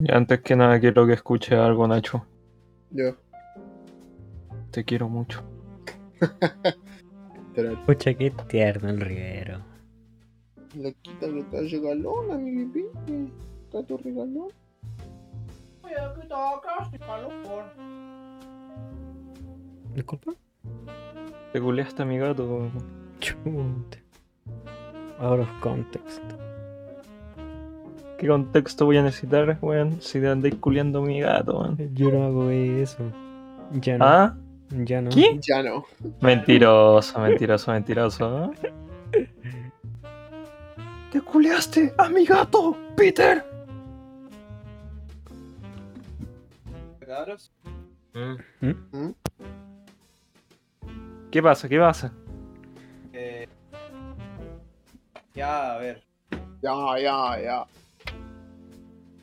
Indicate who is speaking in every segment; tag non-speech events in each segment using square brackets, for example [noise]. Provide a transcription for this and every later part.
Speaker 1: Y antes que nada quiero que escuche algo, Nacho.
Speaker 2: Yo.
Speaker 1: Te quiero mucho.
Speaker 2: Espera,
Speaker 3: Pucha, qué tierno el Rivero.
Speaker 2: la quita que está regalona, mi bebé. Está tu regalón.
Speaker 3: Disculpa.
Speaker 1: Te culeaste a mi gato.
Speaker 3: Chut. Out of context.
Speaker 1: ¿Qué contexto voy a necesitar, weón? Si te andáis culeando a mi gato, weón.
Speaker 3: Yo no hago eso. Ya no.
Speaker 1: ¿Ah?
Speaker 3: Ya no.
Speaker 1: ¿Qué?
Speaker 2: Ya no.
Speaker 1: Mentiroso, mentiroso, mentiroso. ¿eh? ¡Te culeaste a mi gato, Peter!
Speaker 4: Cabros,
Speaker 5: ¿Mm?
Speaker 1: ¿Qué pasa? ¿Qué pasa?
Speaker 4: eh, ya, a ver.
Speaker 2: Ya, ya, ya.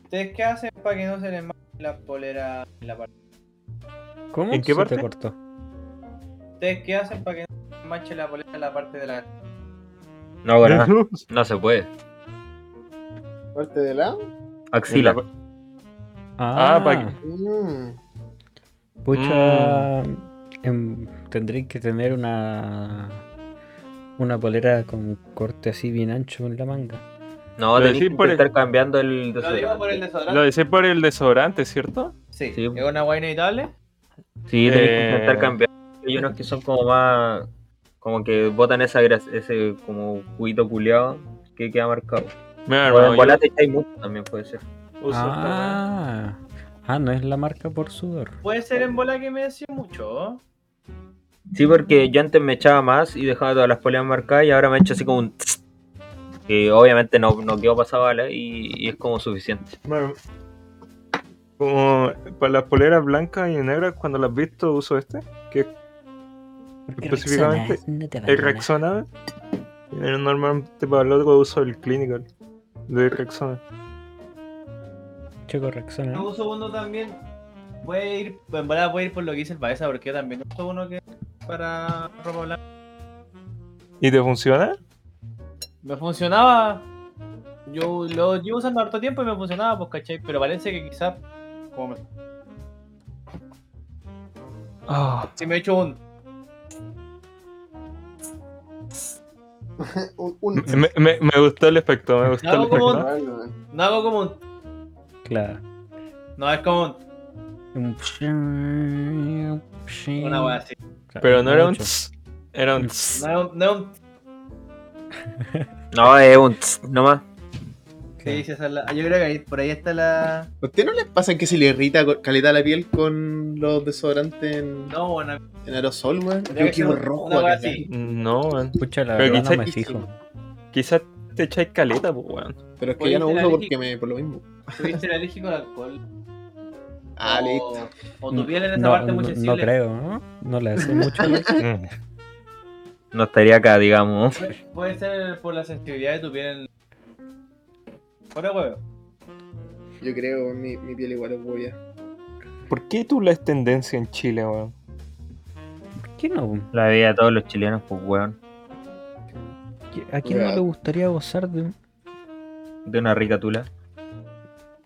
Speaker 4: ¿Ustedes qué hacen para que no se les manche la polera en la parte?
Speaker 3: ¿Cómo?
Speaker 1: ¿En qué
Speaker 3: Se
Speaker 1: parte?
Speaker 3: te cortó.
Speaker 4: ¿Ustedes qué hacen para que no se les manche la polera en la parte de la...
Speaker 5: No, bueno,
Speaker 1: [laughs]
Speaker 5: no se puede.
Speaker 2: ¿Parte de la?
Speaker 5: Axila.
Speaker 1: Ah, pa' que-
Speaker 2: Mm.
Speaker 3: Pucha. em, tendré que tener una. Una polera con corte así bien ancho en la manga.
Speaker 5: No,
Speaker 1: Lo
Speaker 5: tenés que
Speaker 1: decís por el-
Speaker 5: estar cambiando el
Speaker 4: ¿Lo digo por el
Speaker 5: desodorante.
Speaker 1: Lo
Speaker 4: desodorante?
Speaker 1: decís por el desodorante, ¿cierto?
Speaker 4: Sí.
Speaker 5: Sí.
Speaker 4: ¿Es una guay inevitable?
Speaker 5: Sí, tenés que
Speaker 1: Eh.
Speaker 5: intentar cambiando. Hay unos que son como más. Como que botan esa grasa, ese como juguito culeado que queda marcado.
Speaker 1: Mira,
Speaker 5: Bueno, en
Speaker 1: hermano,
Speaker 5: bola te echáis mucho también puede ser.
Speaker 1: yo uso esta weá.
Speaker 3: Ah. Ah, no es la marca por sudor.
Speaker 4: Puede ser en bola que me decía mucho.
Speaker 5: Sí, porque yo antes me echaba más y dejaba todas las poleas marcadas y ahora me echo así como un tss, que obviamente no, no quedó pasabala y, y es como suficiente.
Speaker 1: Bueno, como para las poleras blancas y negras, cuando las visto, uso este, que es específicamente el Rexona. Y normalmente para el otro uso el Clinical de Rexona.
Speaker 3: Checo Rexona.
Speaker 4: Yo uso uno también. Voy a ir, en bola voy a ir por lo que dice el Baeza porque yo también uso uno que para ropa blanca.
Speaker 1: ¿Y te funciona?
Speaker 4: Me funcionaba. Yo lo llevo usando harto tiempo y me funcionaba, pues cachai. Pero parece que quizás... como me-
Speaker 1: Ah,
Speaker 4: Si me echo un...
Speaker 2: Un, un-
Speaker 1: Me, me- me gustó el efecto, me gustó el
Speaker 4: Hago como-
Speaker 1: efecto.
Speaker 2: Bueno, eh. weón.
Speaker 4: No hago como un...
Speaker 3: Claro.
Speaker 4: No, es como un...
Speaker 3: Un-
Speaker 4: Una
Speaker 5: Mm.
Speaker 4: wea así.
Speaker 3: Claro,
Speaker 1: Pero no era un
Speaker 3: mucho.
Speaker 1: tss, era un tss.
Speaker 4: No es un- no es un...
Speaker 5: No, es un tss, nomás.
Speaker 4: Sí, sí, esa es la- yo creo que ahí- por ahí está la.
Speaker 2: ¿A usted no les pasa que se le irrita co- caleta la piel con los desodorantes en,
Speaker 4: No, bueno,
Speaker 2: en aerosol, weón?
Speaker 4: Tendría
Speaker 2: Yo
Speaker 4: que
Speaker 2: quedo
Speaker 4: ser
Speaker 2: rojo
Speaker 4: una
Speaker 2: a
Speaker 4: wea
Speaker 2: cagar.
Speaker 4: así.
Speaker 1: No, weón.
Speaker 3: Pucha, la
Speaker 1: Pero
Speaker 3: verdad no
Speaker 1: quizá-
Speaker 3: me fijo.
Speaker 1: Quizás te echáis caleta, pues, weón.
Speaker 2: Pero es que
Speaker 4: Oye,
Speaker 2: ya no
Speaker 4: ¿será
Speaker 2: uso
Speaker 4: que-
Speaker 2: porque me, por lo mismo.
Speaker 4: tuviste el alérgico al alcohol.
Speaker 2: Ah,
Speaker 4: o,
Speaker 2: listo.
Speaker 4: O tu piel en esa
Speaker 3: No,
Speaker 4: parte es muy
Speaker 3: no-
Speaker 4: sensible.
Speaker 3: no creo, ¿no? No le hace mucho. [laughs] Mm.
Speaker 5: No estaría acá, digamos.
Speaker 4: Pu- Puede ser por la sensibilidad de tu piel en. Fuera huevo.
Speaker 2: Yo creo, mi, mi piel igual es bulla.
Speaker 1: ¿Por qué tú la es tendencia en Chile, weón?
Speaker 3: ¿Por qué no?
Speaker 5: La vida de todos los chilenos, pues weón.
Speaker 3: ¿Qui- ¿A quién no
Speaker 2: Real.
Speaker 3: le gustaría gozar de un.?
Speaker 5: De una rica tula.
Speaker 2: Para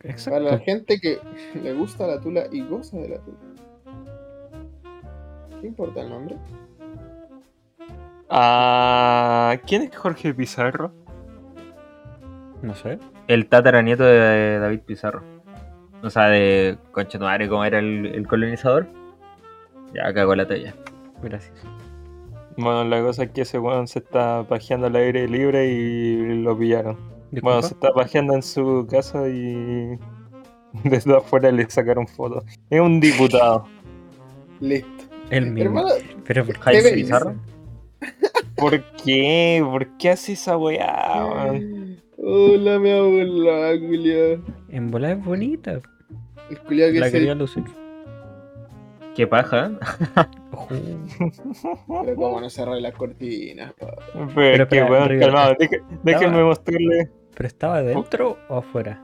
Speaker 2: la
Speaker 3: Exacto.
Speaker 2: gente que [laughs] le gusta la tula y goza de la tula. ¿Qué importa el nombre?
Speaker 1: Ah, ¿Quién es Jorge Pizarro?
Speaker 3: No sé.
Speaker 5: El tataranieto de David Pizarro. O sea, de Conchetumare, como era el, el colonizador. Ya cagó la talla.
Speaker 3: Gracias.
Speaker 1: Bueno, la cosa es que ese weón se está pajeando al aire libre y lo pillaron. Bueno,
Speaker 3: Disculpa.
Speaker 1: se está pajeando en su casa y desde afuera le sacaron fotos. Es un diputado.
Speaker 2: Listo.
Speaker 3: El mismo.
Speaker 2: Hermano,
Speaker 3: Pero por
Speaker 5: Jaime
Speaker 2: belleza.
Speaker 5: Pizarro.
Speaker 1: ¿Por qué? ¿Por qué hace esa weá?
Speaker 6: Ah,
Speaker 1: weón?
Speaker 2: eh, Hola, mi abuela, culiao.
Speaker 3: En bola es bonita.
Speaker 2: El culiao que
Speaker 3: La
Speaker 2: se.
Speaker 3: quería lucir.
Speaker 5: Qué paja.
Speaker 1: Ah,
Speaker 3: Ojo.
Speaker 2: Pero cómo no cerrar las cortinas, pa.
Speaker 1: Pero,
Speaker 3: Pero
Speaker 1: es que,
Speaker 3: espera,
Speaker 1: weón,
Speaker 3: River,
Speaker 1: calmado, deje- déjenme mostrarle.
Speaker 3: ¿Pero estaba dentro o afuera?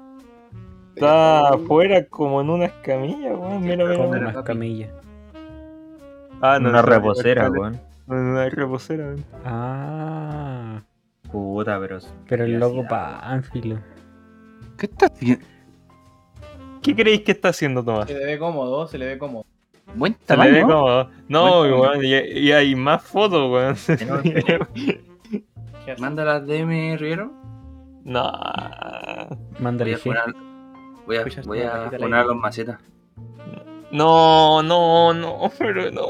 Speaker 1: Está afuera como en una escamilla, weón. Mira, mira,
Speaker 3: Como
Speaker 1: mira.
Speaker 3: una escamilla.
Speaker 1: Ah,
Speaker 5: Una
Speaker 1: está-
Speaker 5: reposera,
Speaker 1: está-
Speaker 5: weón.
Speaker 1: Una reposera, weón.
Speaker 3: Ah.
Speaker 5: Puta, pero.
Speaker 1: [laughs]
Speaker 3: Pero el
Speaker 5: Curiosidad.
Speaker 3: loco pánfilo.
Speaker 1: ¿Qué estás haciendo? ¿Qué creéis que está haciendo Tomás?
Speaker 4: Se le ve cómodo, se le ve cómodo.
Speaker 7: Buen
Speaker 1: Se le ve
Speaker 7: tamaño. ¿no?
Speaker 1: cómodo. No,
Speaker 7: Muy
Speaker 1: weón, y, y hay más fotos, weón.
Speaker 4: ¿Qué hace?
Speaker 7: Manda la DM, Riero.
Speaker 1: no.
Speaker 7: Voy
Speaker 3: Mándale
Speaker 7: a
Speaker 3: G.
Speaker 7: poner, voy a,
Speaker 4: Escuchas
Speaker 7: voy
Speaker 4: tu
Speaker 7: a
Speaker 4: bajita la
Speaker 7: poner
Speaker 4: idea.
Speaker 7: los macetas.
Speaker 1: No, no, no, pero no.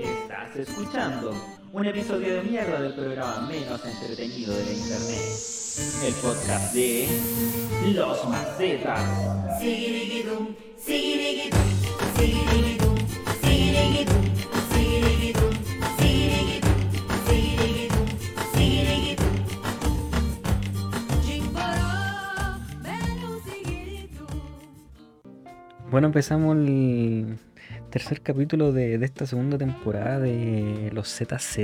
Speaker 8: Estás escuchando un episodio de mierda del programa menos entretenido de la internet. El podcast de Los Macetas.
Speaker 3: Bueno, empezamos el tercer capítulo de, de esta segunda temporada de los ZZ.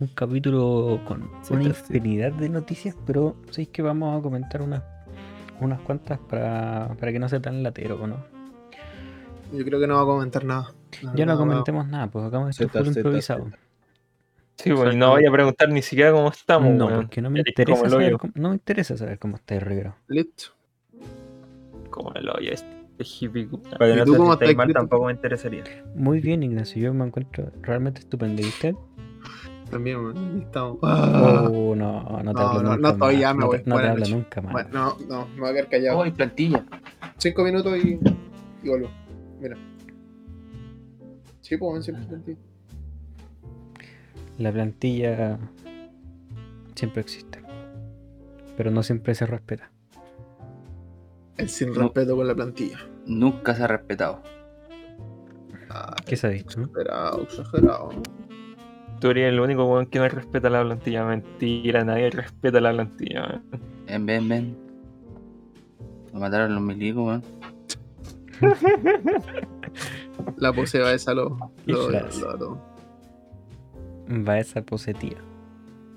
Speaker 3: Un capítulo con una infinidad de noticias, pero sabéis que vamos a comentar unas, unas cuantas para, para que no sea tan latero, ¿no?
Speaker 6: Yo creo que no va a comentar nada.
Speaker 3: Ya no
Speaker 6: nada.
Speaker 3: comentemos nada, pues acá esto
Speaker 6: Zeta,
Speaker 3: fue
Speaker 6: zeta,
Speaker 3: improvisado.
Speaker 1: Sí, weón, y no vaya a preguntar ni siquiera cómo estamos,
Speaker 3: No,
Speaker 1: weón.
Speaker 3: porque no me
Speaker 1: Eres
Speaker 3: interesa
Speaker 1: como el
Speaker 3: saber
Speaker 1: hoyo.
Speaker 3: cómo, no me interesa saber cómo está el Rivero.
Speaker 6: Listo.
Speaker 1: Como el hoyo este hippie. weón.
Speaker 5: Para que
Speaker 6: ¿Y
Speaker 5: no
Speaker 6: tú
Speaker 5: te
Speaker 6: cómo estás,
Speaker 5: mal,
Speaker 6: Cristo?
Speaker 5: tampoco me interesaría.
Speaker 3: Muy bien, Ignacio, yo me encuentro realmente estupendo. ¿Y usted?
Speaker 6: También, weón, ahí estamos.
Speaker 3: Oh, no, no te
Speaker 6: Ah. No, no,
Speaker 3: hablo
Speaker 6: no,
Speaker 3: nunca
Speaker 6: todavía
Speaker 3: más.
Speaker 6: me
Speaker 3: no
Speaker 6: voy.
Speaker 3: te- No te
Speaker 6: Buenas
Speaker 3: hablo
Speaker 6: noches.
Speaker 3: nunca más.
Speaker 6: Ah, Bueno, no, no.
Speaker 2: Me voy a quedar callado.
Speaker 7: Oh, y plantilla.
Speaker 2: Cinco minutos y, y vuelvo. Mira. Sí, pues weón,
Speaker 3: Ah.
Speaker 2: siempre sentí.
Speaker 3: La plantilla siempre existe. Pero no siempre se respeta.
Speaker 6: El sin
Speaker 7: No.
Speaker 6: respeto con la plantilla.
Speaker 7: Nunca se ha respetado.
Speaker 6: Ah,
Speaker 3: ¿Qué sabéis tú?
Speaker 6: exagerado, exagerado.
Speaker 1: Tú eres el único weón que no respeta la plantilla. Mentira, nadie respeta la plantilla, weón.
Speaker 7: Ven, ven, ven. Lo mataron los milicos, weón.
Speaker 6: La poseba esa lo.
Speaker 3: Qué
Speaker 6: lo,
Speaker 3: frase.
Speaker 6: lo- lo-
Speaker 3: Va esa posetía.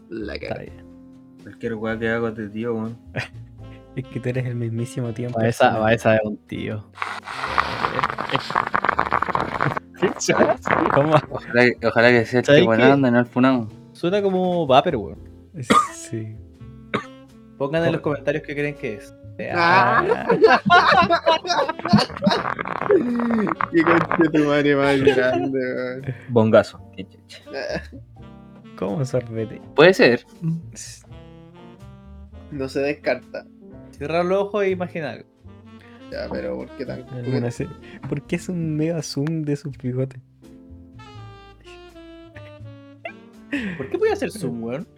Speaker 6: la
Speaker 3: Está
Speaker 6: cagué.
Speaker 3: bien.
Speaker 5: Cualquier weá que hago de tío, weón.
Speaker 3: Es que tú eres el mismísimo tiempo.
Speaker 9: Baeza, Baeza es un tío.
Speaker 3: ¿Cómo?
Speaker 7: Ojalá, que- ojalá que sea
Speaker 9: ¿Sabes
Speaker 7: este buen
Speaker 9: qué?
Speaker 7: anda y no el funado.
Speaker 9: Suena como Vapor, weón.
Speaker 3: [laughs] Sí.
Speaker 4: Pongan en los comentarios qué creen que es.
Speaker 2: Ah. [laughs]
Speaker 6: Qué conche tu madre más grande, weón.
Speaker 5: Bongazo.
Speaker 3: ¿Cómo sorbete?
Speaker 7: Puede ser.
Speaker 2: No se descarta.
Speaker 4: Cierra los ojos e imagina algo.
Speaker 2: Ya, pero ¿por qué tan.?
Speaker 3: Alguna se- ¿Por qué es un mega zoom de sus bigotes?
Speaker 4: ¿Por qué voy a hacer zoom, weón?
Speaker 3: C-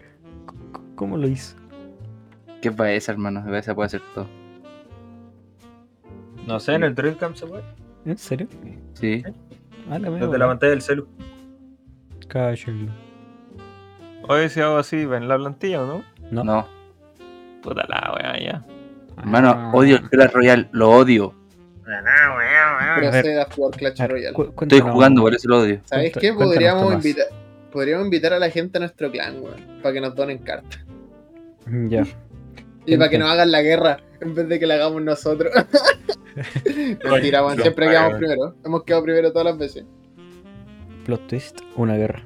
Speaker 3: ¿Cómo lo hizo?
Speaker 7: ¿Qué es Baeza, hermano? Baeza puede hacer todo.
Speaker 5: No sé, en el drill camp se puede.
Speaker 3: ¿En serio?
Speaker 7: Sí.
Speaker 3: Ah, la
Speaker 5: Desde la
Speaker 3: mega.
Speaker 5: pantalla del celu.
Speaker 3: Cállenlo.
Speaker 1: Oye, si hago así, ven la plantilla, ¿o no?
Speaker 3: No.
Speaker 7: No.
Speaker 1: Puta la weá, ya.
Speaker 7: Hermano,
Speaker 3: Ah.
Speaker 7: odio el Clash Royale. Lo odio.
Speaker 3: a ver.
Speaker 2: Proceda a jugar Clash
Speaker 3: A ver,
Speaker 2: Royale.
Speaker 3: cu-
Speaker 7: Estoy
Speaker 3: cuéntanos.
Speaker 7: jugando, por eso lo odio.
Speaker 2: ¿Sabes
Speaker 3: cuenta-
Speaker 2: qué?
Speaker 3: cuéntanos,
Speaker 2: Podríamos
Speaker 3: Tomás.
Speaker 2: invitar, podríamos invitar a la gente a nuestro clan, weón. Para que nos donen cartas.
Speaker 3: Ya.
Speaker 2: Y para que
Speaker 3: Entiendo.
Speaker 2: nos hagan la guerra en vez de que la hagamos nosotros.
Speaker 3: [laughs]
Speaker 2: Mentira, weón. Siempre quedamos primero. Hemos quedado primero todas las veces.
Speaker 3: Plot twist, una guerra.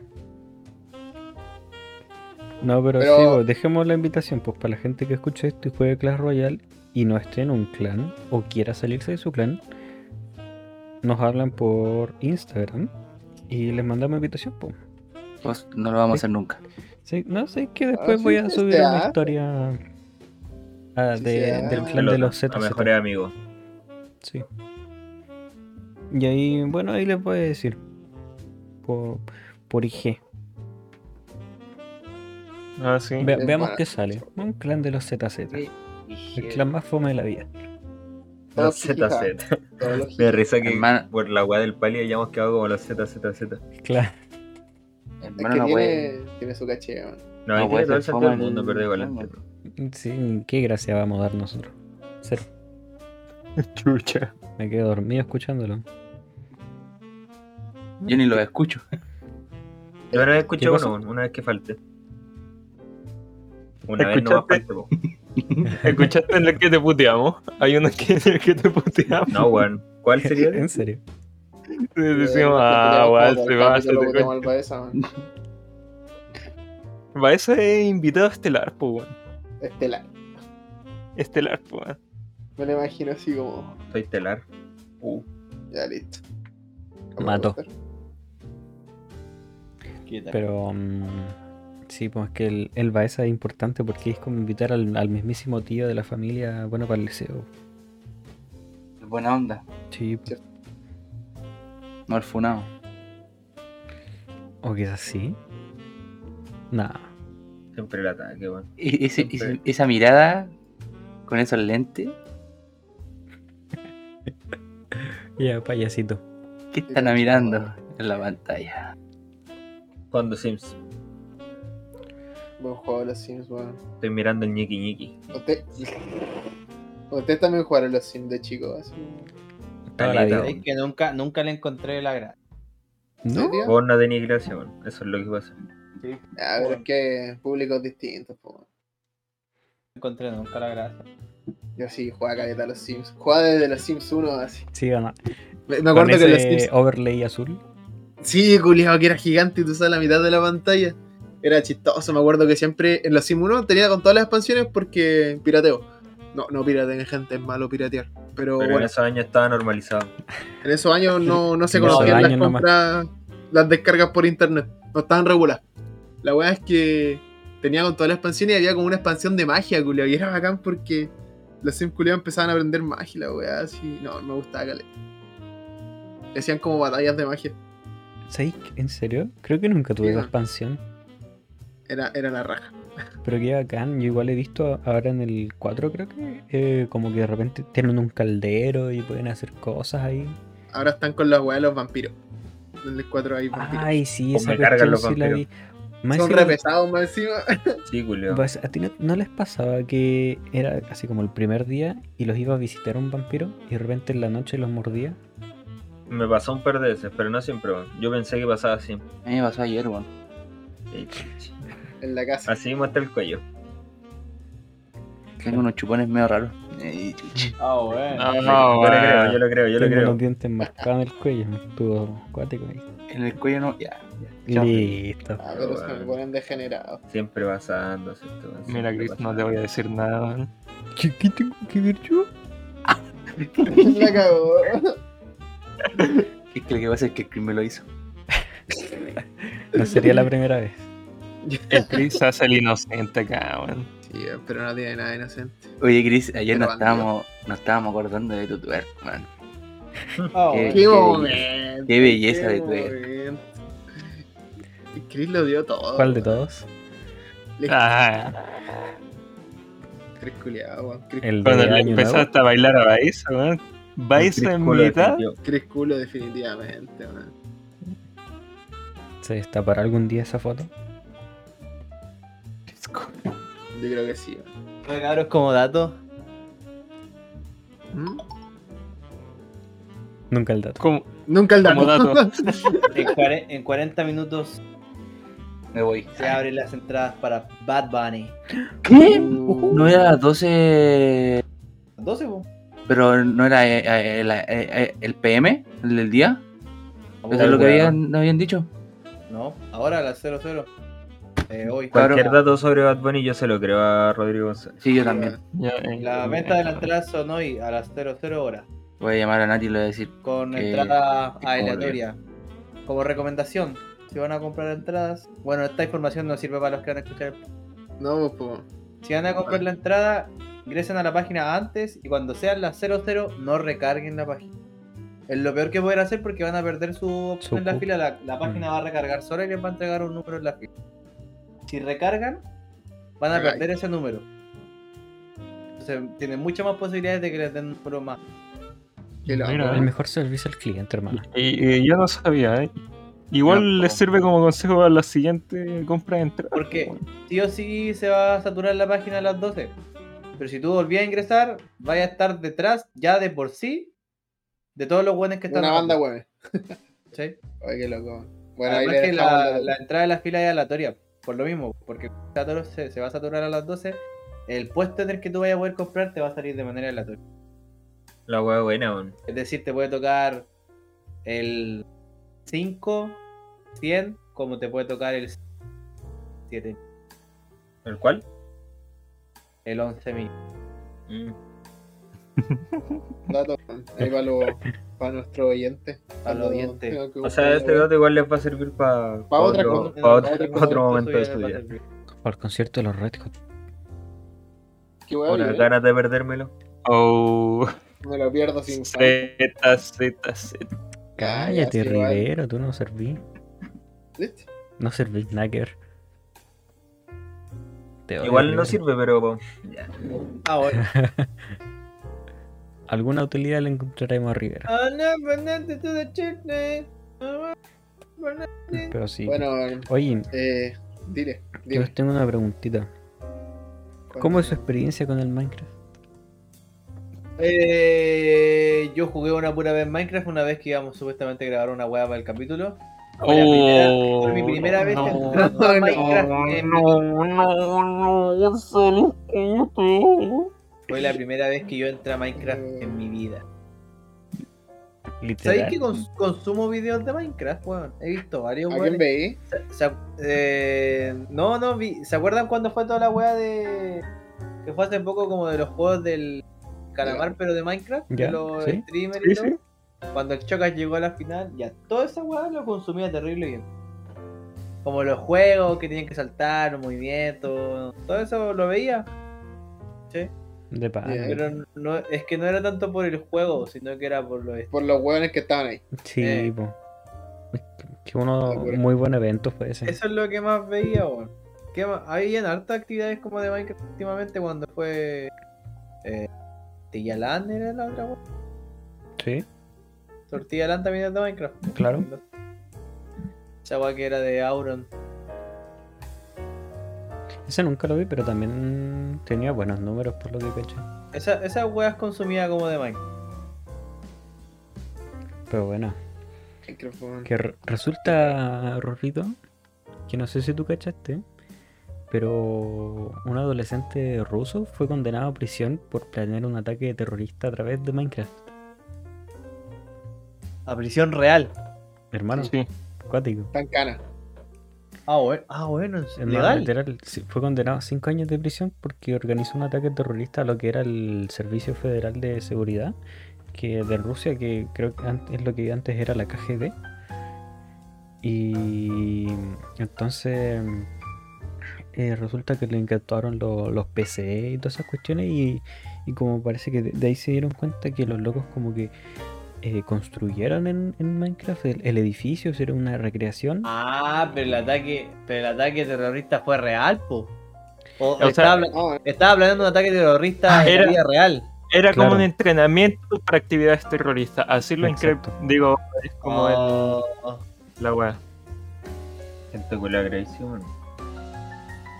Speaker 3: No, pero,
Speaker 2: Pero-
Speaker 3: sí, pues, dejemos la invitación pues para la gente que escuche esto y juegue Clash Royale y no esté en un clan o quiera salirse de su clan, nos hablan por Instagram y les mandamos invitación. Pues.
Speaker 7: Pues no lo vamos a hacer nunca.
Speaker 3: Sí, no sé, que después
Speaker 2: Ah, sí,
Speaker 3: voy a
Speaker 2: sí,
Speaker 3: subir
Speaker 2: se
Speaker 3: una
Speaker 2: hace.
Speaker 3: historia ah,
Speaker 2: Sí,
Speaker 3: de-
Speaker 2: se
Speaker 3: del
Speaker 2: hace.
Speaker 3: clan de los
Speaker 5: A
Speaker 3: Z.
Speaker 5: mejores amigos.
Speaker 3: Sí. Y ahí, bueno, ahí les voy a decir. Por, por IG.
Speaker 1: Ah, sí.
Speaker 3: Ve-
Speaker 2: Es
Speaker 3: veamos
Speaker 2: buena.
Speaker 3: qué sale. Un clan de los ZZ. El clan más fome de la vida.
Speaker 5: Los
Speaker 2: Todos jijijaja.
Speaker 5: ZZ.
Speaker 2: Todos los
Speaker 5: Me da risa que
Speaker 7: Hermano.
Speaker 5: por la weá del pali hayamos quedado como los ZZZ.
Speaker 3: Claro.
Speaker 2: Es
Speaker 7: Hermano,
Speaker 2: que
Speaker 7: no puede.
Speaker 2: tiene, tiene su caché, weón.
Speaker 5: No, ahí
Speaker 7: No,
Speaker 5: tiene
Speaker 7: puede
Speaker 5: todo el
Speaker 7: ser
Speaker 5: sentido del
Speaker 7: fome
Speaker 5: mundo,
Speaker 7: el-
Speaker 5: pero igual
Speaker 7: el-
Speaker 5: entiendo.
Speaker 3: Sí, qué gracia vamos a dar nosotros. Cero.
Speaker 1: Chucha.
Speaker 3: Me quedo dormido escuchándolo.
Speaker 7: Yo ni lo escucho.
Speaker 5: Yo una vez escuché
Speaker 3: ¿Qué cosa?
Speaker 5: uno, una vez que falte. Una vez no más
Speaker 1: ¿Escuchaste?
Speaker 5: falte, po.
Speaker 1: ¿Escuchaste en el que te puteamos? Hay uno que en el que te puteamos.
Speaker 5: No, weón.
Speaker 3: [laughs]
Speaker 5: ¿Cuál sería?
Speaker 3: en serio.
Speaker 1: Y decimos, ah, weón, se va, se te
Speaker 2: al Baeza, weón.
Speaker 1: Va ese invitado estelar, pues, weón.
Speaker 2: Estela.
Speaker 1: Estelar, po, weón.
Speaker 2: Me lo imagino así como.
Speaker 5: Soy telar. Uh,
Speaker 2: Ya listo. Vamos a
Speaker 3: Mato.
Speaker 2: votar.
Speaker 3: Pero mm, sí, pues es que el, el Baeza es importante porque es como invitar al, al mismísimo tío de la familia, bueno, para el liceo.
Speaker 7: Buena onda.
Speaker 3: Sí, pues.
Speaker 7: No al funado.
Speaker 3: o quizás sí. Nah,
Speaker 5: siempre el ataque, weón.
Speaker 7: Y- E-, ese- ese- esa mirada con esos lentes,
Speaker 3: ya payasito.
Speaker 7: ¿qué están mirando en la pantalla?
Speaker 5: Cuando Sims,
Speaker 2: Buen juego de los Sims, weón.
Speaker 5: estoy mirando el ñiqui ñiqui.
Speaker 2: Usted... [laughs] Ustedes también jugaron los Sims de chicos, así.
Speaker 3: Toda la vida.
Speaker 4: Es que nunca, nunca le encontré la gracia.
Speaker 3: No,
Speaker 2: ¿Serio?
Speaker 5: Vos no denigración, weón. Eso es lo que pasa.
Speaker 2: Ah, pero es que públicos distintos, po. weón.
Speaker 4: Encontré nunca la gracia.
Speaker 2: Yo sí jugaba caleta a los Sims. Jugaba desde los Sims 1 así.
Speaker 3: sí, no.
Speaker 6: Me, me acuerdo
Speaker 3: Con
Speaker 6: que los
Speaker 3: ese
Speaker 6: Sims.
Speaker 3: overlay azul.
Speaker 6: Sí, culiado, que era gigante y tú usabas la mitad de la pantalla. Era chistoso, me acuerdo que siempre en los Sims 1 tenía con todas las expansiones porque pirateo. No, no pirateen, gente, es malo piratear.
Speaker 2: Oh,
Speaker 6: Pero,
Speaker 5: Pero en
Speaker 6: bueno,
Speaker 5: esos años estaba normalizado.
Speaker 6: en esos años no, no se
Speaker 3: En esos
Speaker 6: conocían las
Speaker 3: años nomás.
Speaker 6: compras, las descargas por internet. No estaban reguladas. La weá es que tenía con todas las expansiones y había como una expansión de magia, culiao. Y era bacán porque los Sims culiao empezaban a aprender magia, la weá, así. No, me gustaba caleta. Le hacían como batallas de magia.
Speaker 3: ¿Sabéis? que- ¿En serio? Creo que nunca tuve
Speaker 6: Sí,
Speaker 3: esa
Speaker 6: no.
Speaker 3: expansión.
Speaker 6: Era, era la raja.
Speaker 3: Pero qué bacán. Yo igual he visto ahora en el 4, creo que, eh, como que de repente tienen un caldero y pueden hacer cosas ahí.
Speaker 6: Ahora están con las weas de los vampiros. En el 4 hay vampiros.
Speaker 3: Ay, sí,
Speaker 5: Ah, O
Speaker 3: esa
Speaker 5: me cargan
Speaker 3: cuestión
Speaker 5: los
Speaker 3: sí la vi.
Speaker 5: vampiros.
Speaker 3: Más
Speaker 6: Son
Speaker 3: encima-
Speaker 6: re pesados más encima. [laughs]
Speaker 5: Sí, culio.
Speaker 3: Pues, ¿A ti no, no les pasaba que era así como el primer día y los iba a visitar un vampiro y de repente en la noche los mordía?
Speaker 5: Me pasó un par de veces, pero no siempre, weón. Yo pensé que pasaba siempre.
Speaker 7: A mí me pasó ayer, weón.
Speaker 2: En la casa.
Speaker 5: Así mismo hasta el cuello.
Speaker 7: Tengo unos chupones medio raros. Ey, chucha.
Speaker 4: Ah, bueno.
Speaker 5: yo
Speaker 1: Ah.
Speaker 5: le creo, yo lo creo, yo lo
Speaker 3: Tengo los
Speaker 5: creo.
Speaker 3: dientes marcados en el cuello, me estuvo cuático ahí.
Speaker 7: En el cuello no, ya. ya.
Speaker 3: Listo.
Speaker 2: Ah, pero se me
Speaker 5: weón.
Speaker 6: [laughs]
Speaker 2: ponen degenerados.
Speaker 5: Siempre pasando, ¿cierto? Siempre
Speaker 1: Mira, Chris, no te voy a decir nada, weón.
Speaker 3: ¿Qué, qué tengo que ver yo?
Speaker 2: la cagó.
Speaker 7: Es que lo que pasa es que el crimen lo hizo.
Speaker 3: No sería la primera vez.
Speaker 1: El Chris hace el inocente acá, weón.
Speaker 6: Sí, pero no tiene nada inocente.
Speaker 7: Oye, Chris, ayer
Speaker 6: Pero
Speaker 7: nos estábamos, nos estábamos acordando de tu tuerco, man.
Speaker 4: Ah, bueno.
Speaker 7: Qué-
Speaker 6: ¡Qué
Speaker 7: qué
Speaker 6: momento!
Speaker 7: qué belleza
Speaker 6: qué
Speaker 7: de tuerco.
Speaker 6: momento. Y Chris lo dio todo.
Speaker 3: ¿Cuál de todos?
Speaker 6: Le-
Speaker 1: Ah,
Speaker 6: Chris culiado, weón. Chris,
Speaker 3: El de
Speaker 1: cuando le
Speaker 3: año nuevo.
Speaker 1: empezaste a bailar a Baiza, weón. Baiza en
Speaker 5: Culo
Speaker 1: mitad.
Speaker 5: definitivo.
Speaker 6: Chris culo definitivamente, weón.
Speaker 3: ¿Se destapará algún día esa foto?
Speaker 6: Yo creo que sí, weón.
Speaker 4: Oye, cabros, como dato.
Speaker 6: ¿Mm?
Speaker 3: Nunca el dato.
Speaker 1: Como,
Speaker 6: Nunca el dato.
Speaker 1: como dato.
Speaker 6: [laughs]
Speaker 4: En, cuare- en 40 minutos
Speaker 7: Me voy.
Speaker 4: se abren las entradas para Bad Bunny.
Speaker 7: ¿Qué? No era las 12,
Speaker 4: 12, po.
Speaker 7: pero no era eh, eh, la- eh, eh, el PM, el del día. Eso es lo que
Speaker 5: weón.
Speaker 7: habían, nos habían dicho.
Speaker 4: No, ahora a las 00. Eh, hoy.
Speaker 5: Cualquier dato sobre Bad Bunny yo se lo creo a Rodrigo González.
Speaker 7: Sí, yo también.
Speaker 1: Ya, eh,
Speaker 4: La
Speaker 1: eh,
Speaker 4: venta de las entradas son hoy a las 00 horas.
Speaker 7: Voy a llamar a Nati y le voy a decir.
Speaker 4: Con
Speaker 7: Eh,
Speaker 4: entrada
Speaker 7: qué
Speaker 4: aleatoria. Como recomendación, si van a comprar entradas, bueno, esta información no sirve para los que van a escuchar.
Speaker 6: No, pues.
Speaker 4: Si van a comprar la entrada, ingresen a la página antes y cuando sean las 00 no recarguen la página. Es lo peor que pueden hacer porque van a perder su opción en la
Speaker 3: cupo.
Speaker 4: fila. La,
Speaker 2: Mm.
Speaker 4: la página va a recargar sola y les va a entregar un número en la fila. Si recargan, van a
Speaker 6: Cagai.
Speaker 4: perder ese número. Entonces tienen muchas más posibilidades de que les den un número más.
Speaker 6: Qué loco.
Speaker 1: Mira,
Speaker 3: El mejor servicio al cliente, hermano.
Speaker 1: Y, y yo no sabía, ¿eh? Igual
Speaker 7: No,
Speaker 1: les
Speaker 7: po.
Speaker 1: sirve como consejo para la siguiente compra de entrada.
Speaker 4: Porque sí o sí se va a saturar la página a las 12. Pero si tú volvías a ingresar, vaya a estar detrás ya de por sí de todos los buenos que están.
Speaker 2: Una
Speaker 4: dando,
Speaker 2: banda, weón.
Speaker 4: ¿cachai?
Speaker 6: Oye, qué loco. Bueno, ahí
Speaker 4: Además
Speaker 6: le
Speaker 4: que
Speaker 6: dejamos
Speaker 4: la,
Speaker 6: la-
Speaker 4: la entrada de la fila es aleatoria, por lo mismo, porque saturo- se, se va a saturar a las 12, el puesto en el que tú vayas a poder comprar te va a salir de manera aleatoria.
Speaker 5: La hueá buena, weón.
Speaker 4: Es decir, te puede tocar el 5, 100, como te puede tocar el 7,
Speaker 5: ¿El cual?
Speaker 4: el 11 mil.
Speaker 5: Mm.
Speaker 2: Dato, ahí va lo, para nuestro oyente.
Speaker 4: Para los oyentes.
Speaker 5: O sea, este dato igual les va a servir para
Speaker 2: Pa' otra
Speaker 5: otro,
Speaker 2: cosa,
Speaker 5: pa'
Speaker 2: pa' otra
Speaker 5: otro,
Speaker 2: cosa,
Speaker 5: otro momento de
Speaker 4: Entonces, ya
Speaker 5: estudio.
Speaker 4: va a servir.
Speaker 3: Para el concierto de los Red Hot.
Speaker 2: Qué hueá,
Speaker 5: Una
Speaker 2: yo
Speaker 5: ganas de perdérmelo.
Speaker 1: Oh,
Speaker 2: me lo pierdo sin falta.
Speaker 1: Z, Oh, Z, Z.
Speaker 3: Cállate,
Speaker 2: Ah, sí, vale.
Speaker 3: Rivero, tú no serví.
Speaker 2: ¿Viste?
Speaker 3: No servís nada que ver. Te odio,
Speaker 5: Igual no
Speaker 3: Rivero.
Speaker 5: sirve, pero. ya.
Speaker 6: [laughs]
Speaker 4: Ahora.
Speaker 3: Alguna utilidad le encontraremos a Rivero.
Speaker 4: Ah, no, Fernández, tú de Chile. Ah, Fernández.
Speaker 3: Pero sí.
Speaker 2: Bueno,
Speaker 3: Oye,
Speaker 2: eh, dile,
Speaker 3: yo
Speaker 2: dile.
Speaker 3: os tengo una preguntita. ¿Cómo es su experiencia con el Minecraft?
Speaker 4: Eh, yo jugué una pura vez Minecraft una vez que íbamos supuestamente a grabar una weá para el capítulo. Fue la primera-
Speaker 1: Oh,
Speaker 4: fue mi primera vez
Speaker 1: no.
Speaker 4: entrando a Minecraft. eh, en mi-
Speaker 1: no, solo puto.
Speaker 4: Fue la primera vez que yo entré a Minecraft en mi vida.
Speaker 1: Eh,
Speaker 4: ¿Sabéis
Speaker 3: Literal.
Speaker 4: que cons- consumo videos de Minecraft, weón? He visto varios
Speaker 2: ¿A quién
Speaker 4: weones.
Speaker 2: veí?
Speaker 4: Se- se ac- eh, no, no, vi- ¿se acuerdan cuando fue toda la weá de. que fue hace poco como de los juegos del calamar, pero de Minecraft?
Speaker 3: Ya,
Speaker 4: de los
Speaker 3: sí,
Speaker 4: streamers y
Speaker 1: Sí,
Speaker 4: todo.
Speaker 1: sí.
Speaker 4: cuando el Chocas llegó a la final, ya toda esa weá lo consumía terrible bien. Como los juegos que tenían que saltar, los movimientos, todo eso lo veía. Sí,
Speaker 3: De pana.
Speaker 2: Bien.
Speaker 4: pero no, es que no era tanto por el juego, sino que era por lo est-
Speaker 2: Por los hueones que estaban ahí.
Speaker 3: Sí,
Speaker 4: Eh.
Speaker 3: po. Que uno,
Speaker 2: Ah, bueno.
Speaker 3: muy buen evento fue ese.
Speaker 4: Eso es lo que más veía, weón. Que ma- Habían hartas actividades como de Minecraft últimamente cuando fue. Eh, Tillaland era la otra weá.
Speaker 3: Sí,
Speaker 4: Tortilla Land también es de Minecraft.
Speaker 3: claro.
Speaker 4: Esa weá que era de Auron.
Speaker 3: Ese nunca lo vi, pero también tenía buenos números por lo que caché.
Speaker 4: Esa, esas weas consumía como de Minecraft.
Speaker 3: Pero bueno,
Speaker 2: Micrófono.
Speaker 3: que re- resulta, Rorrito, que no sé si tú cachaste, pero un adolescente ruso fue condenado a prisión por planear un ataque terrorista a través de Minecraft.
Speaker 4: A prisión real.
Speaker 3: Hermano,
Speaker 1: Sí.
Speaker 3: acuático.
Speaker 2: Tan cana.
Speaker 4: Ah, bueno, ah, bueno es
Speaker 3: Hermano,
Speaker 4: legal.
Speaker 3: literal, sí, fue condenado a 5 años de prisión porque organizó un ataque terrorista a lo que era el Servicio Federal de Seguridad que de Rusia, que creo que an- es lo que antes era la KGB. Y entonces eh, resulta que le incautaron lo- los PCE y todas esas cuestiones y, y como parece que de, de ahí se dieron cuenta que los locos como que eh, construyeron en, en Minecraft el, el edificio, hicieron una recreación. [laughs]
Speaker 4: Ah, pero el ataque, pero el ataque terrorista fue real, po. O,
Speaker 1: sea,
Speaker 4: estaba, habla-
Speaker 2: No,
Speaker 4: estaba planeando un ataque
Speaker 3: Ah,
Speaker 4: terrorista en
Speaker 1: era-
Speaker 4: la vida real.
Speaker 1: Era
Speaker 3: Claro.
Speaker 1: como un entrenamiento para actividades terroristas. Así lo
Speaker 3: Exacto.
Speaker 1: increíble. Digo, es como
Speaker 5: Ah.
Speaker 4: Oh,
Speaker 1: el- la weá.
Speaker 5: Espectacular, Grayson.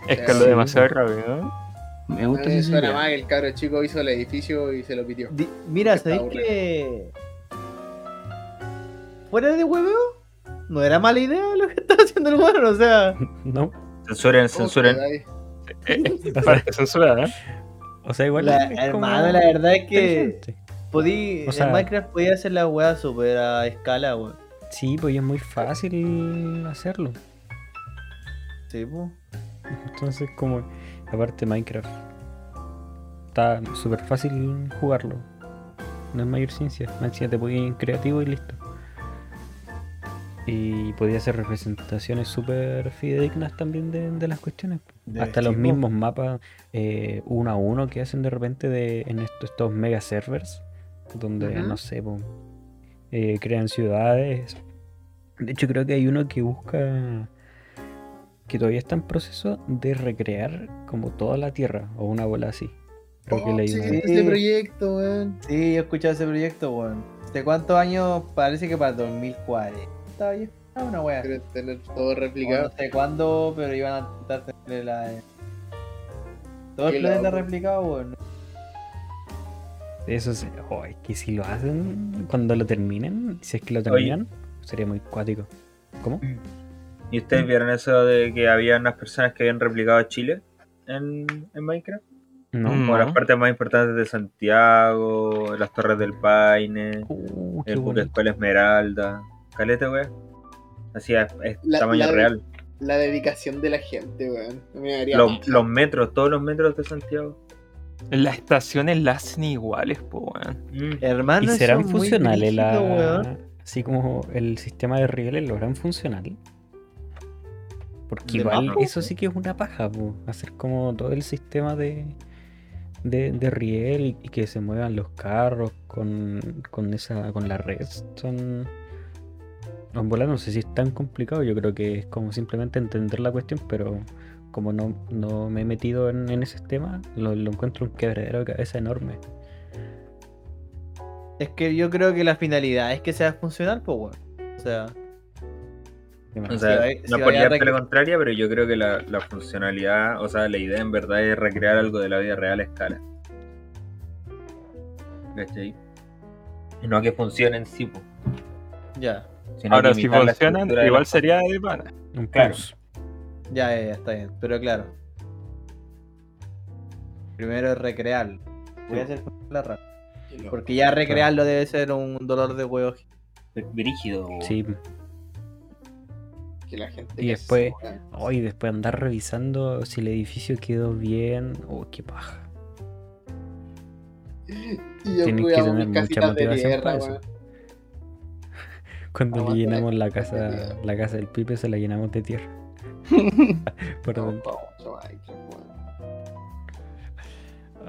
Speaker 1: Es que lo
Speaker 2: Sí.
Speaker 1: demasiado rápido, ¿no?
Speaker 7: Me
Speaker 2: no,
Speaker 7: gusta
Speaker 2: eh,
Speaker 7: ese
Speaker 2: suena
Speaker 7: sonido.
Speaker 2: más que el cabro chico hizo el edificio y se lo pitió.
Speaker 4: di- mira,
Speaker 2: Está
Speaker 4: ¿sabéis
Speaker 2: aburrido.
Speaker 4: que fuera de hueveo? No era mala idea lo que [laughs] estaba haciendo el bueno, o sea.
Speaker 3: No,
Speaker 5: Censuren,
Speaker 2: ¿Cómo
Speaker 5: censuren.
Speaker 2: queda ahí?
Speaker 1: Eh, eh, [laughs] para que censurada, ¿eh?
Speaker 3: o sea, igual...
Speaker 4: La-
Speaker 3: es como
Speaker 4: hermano, la verdad es que
Speaker 3: inteligente.
Speaker 4: podí,
Speaker 3: O sea-
Speaker 4: en Minecraft podía hacer la weá super a escala, weón.
Speaker 3: Sí, pues y es muy fácil hacerlo.
Speaker 4: Sí, po.
Speaker 3: Entonces, como, aparte Minecraft, está súper fácil jugarlo. No es mayor ciencia. Más encima te pones creativo y listo. Y podía hacer representaciones súper fidedignas también de, de las cuestiones. Hasta los mismos mapas eh, uno a uno que hacen de repente de, en estos, estos mega servers, donde
Speaker 2: Ujú.
Speaker 3: no sé, po, eh, crean ciudades. De hecho, creo que hay uno que busca que todavía está en proceso de recrear como toda la tierra o una bola así. Creo que
Speaker 2: Oh,
Speaker 3: leí
Speaker 2: sí,
Speaker 3: una
Speaker 4: vez.
Speaker 2: este proyecto, weón.
Speaker 4: Sí, yo he escuchado ese proyecto, weón. ¿De cuántos años? Parece que para 2040. Yo ah, una wea.
Speaker 2: Quieren tener todo
Speaker 4: No
Speaker 2: replicado.
Speaker 4: sé cuándo, pero iban a intentar tener la. eh, Todo
Speaker 2: Qué
Speaker 4: el planeta
Speaker 2: loco.
Speaker 4: replicado, weón.
Speaker 3: Eso es, oh, es que si lo hacen cuando lo terminen, si es que lo
Speaker 5: Oye.
Speaker 3: terminan, sería muy cuático. ¿Cómo?
Speaker 2: Mm.
Speaker 5: ¿Y ustedes vieron eso de que había unas personas que habían replicado Chile en, en Minecraft?
Speaker 3: No.
Speaker 1: Mm. No.
Speaker 5: Como las partes más importantes de Santiago, las Torres del Paine,
Speaker 3: Uh, qué
Speaker 5: el Buque
Speaker 3: bonito.
Speaker 5: Escuela Esmeralda. Caleta, wea. Así es, es
Speaker 2: La-
Speaker 5: tamaño
Speaker 2: la-
Speaker 5: real.
Speaker 2: La dedicación de la gente, weón. No me daría
Speaker 5: Los,
Speaker 2: paja.
Speaker 5: los metros, todos los metros de Santiago.
Speaker 1: Las estaciones las hacen iguales, po, weón.
Speaker 3: ¿Y
Speaker 2: Mm.
Speaker 4: Eh,
Speaker 9: Hermano,
Speaker 3: serán
Speaker 9: eso es Ah, muy
Speaker 3: funcionales la...
Speaker 9: brígido, weón.
Speaker 3: Así como el sistema de rieles, ¿lo harán funcional? Porque
Speaker 9: De
Speaker 3: igual
Speaker 9: más, po.
Speaker 3: eso sí que es una paja, po. Hacer como todo el sistema de, de, de riel y que se muevan los carros con, con esa con la red. Son... En volar no sé si es tan complicado, yo creo que es como simplemente entender la cuestión, pero como no, no me he metido en, en ese tema, lo, lo encuentro un quebradero de cabeza enorme.
Speaker 4: Es que yo creo que la finalidad es que sea funcional, pues, weón. O sea,
Speaker 5: O
Speaker 4: Si
Speaker 5: sea,
Speaker 4: vaya- si
Speaker 5: no
Speaker 4: vaya
Speaker 5: por
Speaker 4: a
Speaker 5: llevarte la
Speaker 4: recre-
Speaker 5: contraria, pero yo creo que la, la funcionalidad, o sea, la idea en verdad es recrear algo de la vida real a escala. ¿Cachai? Y no que funcionen, sí, po,
Speaker 4: ya,
Speaker 5: sino
Speaker 1: Ahora,
Speaker 5: que
Speaker 1: si
Speaker 5: imitar la
Speaker 1: funcionan,
Speaker 5: estructura de
Speaker 1: igual
Speaker 5: las-
Speaker 1: sería de pana.
Speaker 3: Un
Speaker 5: Claro.
Speaker 3: plus.
Speaker 4: ya, ya, ya, está bien. Pero claro. Primero es recrearlo. Voy a hacer funcional la rata. Porque ya recrearlo debe ser un dolor de huevo.
Speaker 5: Brígido, po.
Speaker 3: Sí.
Speaker 2: Que la gente
Speaker 3: Y
Speaker 2: que
Speaker 3: después-
Speaker 2: se mueve.
Speaker 3: Oh, y después andar revisando si el edificio quedó bien. Oh, qué paja.
Speaker 2: Y yo
Speaker 3: Tienes que
Speaker 2: cuidaba
Speaker 3: tener
Speaker 2: mis
Speaker 3: mucha
Speaker 2: casitas de
Speaker 3: motivación
Speaker 2: tierra,
Speaker 3: para eso.
Speaker 2: weón.
Speaker 3: Cuando
Speaker 2: Aguante
Speaker 3: le
Speaker 2: la
Speaker 3: llenamos la
Speaker 2: casa de
Speaker 3: casa,
Speaker 2: tierra.
Speaker 3: la casa del pipe se la llenamos
Speaker 2: [laughs]
Speaker 3: de tierra. Por
Speaker 2: No,
Speaker 3: dentro.
Speaker 2: pa' mucho Minecraft, weón.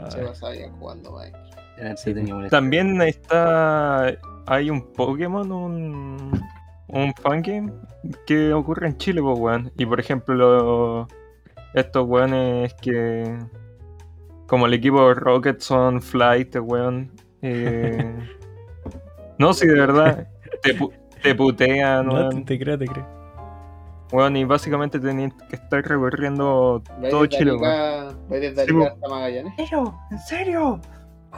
Speaker 3: Ay,
Speaker 2: Se pasaba bien jugando Minecraft.
Speaker 3: sí,
Speaker 1: También está. Hay un Pokémon, un. Un fangame que ocurre en Chile, pues, weón. Y por ejemplo, lo- estos weones que. Como el equipo Rocket son Flight, weón.
Speaker 3: [laughs]
Speaker 1: eh, No, si de verdad. Te, pu- te putean,
Speaker 3: no, te,
Speaker 1: weón.
Speaker 3: te creo, te creo.
Speaker 1: Weón, y básicamente tenías que estar recorriendo
Speaker 2: Vais
Speaker 1: todo
Speaker 2: desde
Speaker 1: Chile, weón.
Speaker 2: Arica- vais desde
Speaker 1: Sí,
Speaker 2: Arica
Speaker 1: weón.
Speaker 2: hasta Magallanes.
Speaker 4: ¿En serio?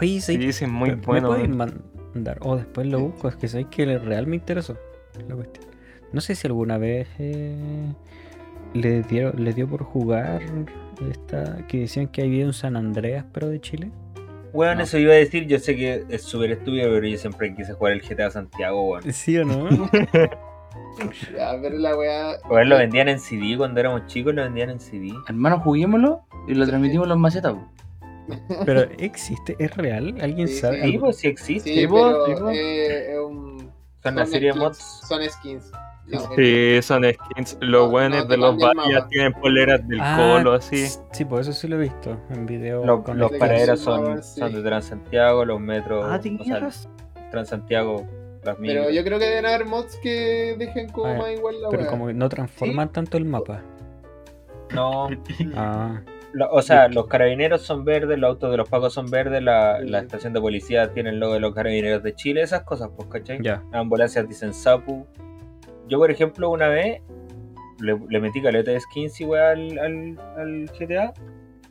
Speaker 3: Oye, ¿sabes
Speaker 1: Y
Speaker 3: qué?
Speaker 1: dicen muy
Speaker 3: ¿Me-
Speaker 1: bueno.
Speaker 3: ¿Me puedes
Speaker 1: weón.
Speaker 3: mandar? O después lo busco, es que sabéis que el real me interesó la cuestión. No sé si alguna vez eh, le, dieron, le dio por jugar esta, que decían que había un San Andreas, pero de Chile.
Speaker 5: Weón,
Speaker 7: No.
Speaker 5: eso iba a decir, yo sé que es súper estúpido, pero yo siempre quise jugar el GTA Santiago, weón.
Speaker 3: ¿Sí o no?
Speaker 2: Ya, pero la weá.
Speaker 5: Weón, Pues lo vendían en CD cuando éramos chicos, lo vendían en CD.
Speaker 7: Hermano, juguémoslo y lo transmitimos los macetas. po.
Speaker 3: [laughs] Pero existe, es real, alguien
Speaker 2: Sí,
Speaker 3: sabe.
Speaker 5: Sí,
Speaker 3: ¿Algo-
Speaker 5: pues sí existe,
Speaker 2: Sí,
Speaker 5: pues,
Speaker 2: pero
Speaker 5: sí, pues.
Speaker 2: eh, es un-
Speaker 5: Son una serie de
Speaker 2: skins,
Speaker 5: mods.
Speaker 2: Son skins. No,
Speaker 1: Sí, son skins. Los
Speaker 2: No,
Speaker 1: weones
Speaker 2: no te
Speaker 1: de los
Speaker 2: cambian
Speaker 1: vallas
Speaker 2: mapa.
Speaker 1: tienen poleras del
Speaker 3: Ah,
Speaker 1: colo, así.
Speaker 3: s- Sí, pues eso sí lo he visto en video.
Speaker 5: Los,
Speaker 3: con este
Speaker 5: los
Speaker 2: el-
Speaker 5: paraderos
Speaker 2: Ah,
Speaker 5: son,
Speaker 2: sí.
Speaker 5: son de Transantiago, los metros.
Speaker 4: Ah,
Speaker 5: o sea,
Speaker 4: tenías
Speaker 5: Transantiago, las micros.
Speaker 2: Pero yo creo que deben haber mods que dejen como
Speaker 3: Ah,
Speaker 2: más igual la
Speaker 3: Pero
Speaker 2: weá.
Speaker 3: como que no transforman tanto el mapa.
Speaker 5: No,
Speaker 2: Mm,
Speaker 3: Ah,
Speaker 5: lo- o sea, los carabineros son verdes, los autos de los pacos son verdes, la,
Speaker 2: Sí.
Speaker 5: la estación de policía tiene el logo de los carabineros de Chile, esas cosas, pues, ¿cachai?
Speaker 3: ya.
Speaker 5: Las ambulancias dicen Sapu. Yo, por ejemplo, una vez le, le metí caleta de skins igual al, al, al GTA.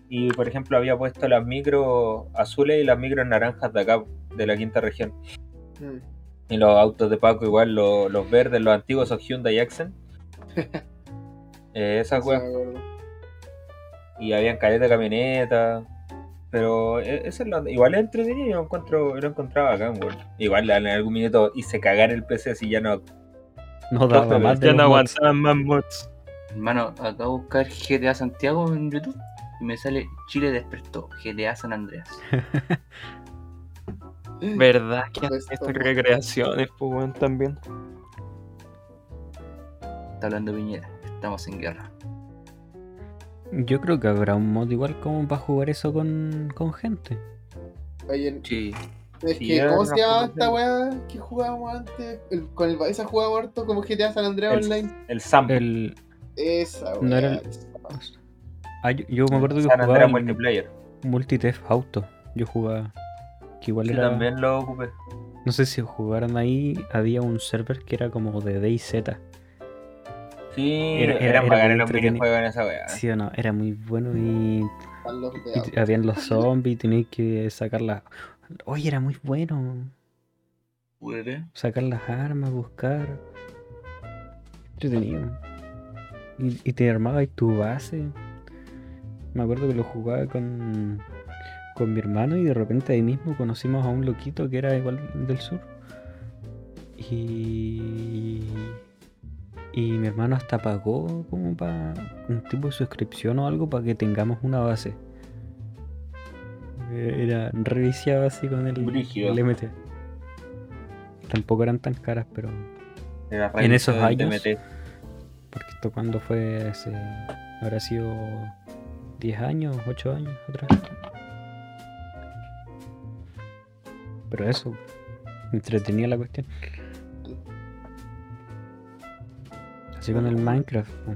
Speaker 5: Y, por ejemplo, había puesto las micros azules y las micros naranjas de acá, de la quinta región.
Speaker 1: Ah,
Speaker 2: Mm.
Speaker 5: Y los autos de Paco igual, lo- los verdes, los antiguos son Hyundai Accent. Eh, esas
Speaker 2: Sí, me
Speaker 5: weas.
Speaker 2: acuerdo.
Speaker 5: Y habían caleta de camioneta. Pero e- eso es lo, igual es entretenido, yo lo encuentro, yo lo encontraba acá, weón. Igual en algún minuto hice cagar el PC así ya no.
Speaker 3: No daba
Speaker 5: Entonces,
Speaker 3: más de
Speaker 1: Ya no
Speaker 3: los mods.
Speaker 1: aguantaban más mods.
Speaker 7: Hermano, acabo de buscar GTA Santiago en YouTube y me sale Chile despertó, GTA San Andreas. [laughs]
Speaker 1: ¿Verdad que
Speaker 2: Pues,
Speaker 1: hacen estas
Speaker 2: como-
Speaker 1: recreaciones, pues, weón, también?
Speaker 7: Está hablando Piñera, estamos en guerra.
Speaker 3: Yo creo que habrá un mod igual como para jugar eso con, con gente.
Speaker 2: Oye,
Speaker 7: Sí,
Speaker 2: es
Speaker 5: Sí,
Speaker 2: que,
Speaker 5: era
Speaker 2: ¿cómo
Speaker 5: una
Speaker 2: se llamaba
Speaker 5: promoción.
Speaker 2: esta weá que jugábamos antes? El- con el Baeza jugábamos harto como GTA San Andreas
Speaker 5: El-
Speaker 2: Online.
Speaker 5: El Sam.
Speaker 3: El.
Speaker 2: Esa weá.
Speaker 3: No era el- Ah, yo, yo me acuerdo que
Speaker 5: San
Speaker 3: jugaba
Speaker 5: Andreas
Speaker 3: el
Speaker 5: Multiplayer.
Speaker 3: Multitef Auto. Yo jugaba. Que igual
Speaker 5: Yo
Speaker 3: era.
Speaker 5: también lo ocupé.
Speaker 3: No sé si jugaron ahí. Había un server que era como de DayZ.
Speaker 5: Ah. Sí,
Speaker 3: Era- era-
Speaker 5: eran
Speaker 3: era
Speaker 5: bacanes
Speaker 3: muy
Speaker 5: los
Speaker 3: entretenido.
Speaker 5: minijuegos en esa wea.
Speaker 3: ¿Sí o no? Era muy bueno y
Speaker 2: Están los de
Speaker 3: Y
Speaker 2: auto.
Speaker 3: t- habían los zombies, tenías que sacar las. Oye, era muy bueno.
Speaker 7: ¿Puede?
Speaker 3: Sacar las armas, buscar. Entretenido. Y, y te armabas tu base. Me acuerdo que lo jugaba con, con mi hermano y de repente ahí mismo conocimos a un loquito que era igual del sur. Y. Y mi hermano hasta pagó como para un tipo de suscripción o algo para que tengamos una base. eh, era reviciado así con el,
Speaker 5: Brígido.
Speaker 3: el MT. Tampoco eran tan caras, pero.
Speaker 5: Era
Speaker 3: En esos
Speaker 5: del
Speaker 3: años.
Speaker 5: DMT.
Speaker 3: Porque esto cuando fue hace. Habrá sido 10 años, 8 años atrás. Pero eso. Entretenía la cuestión. Así con el Minecraft. po.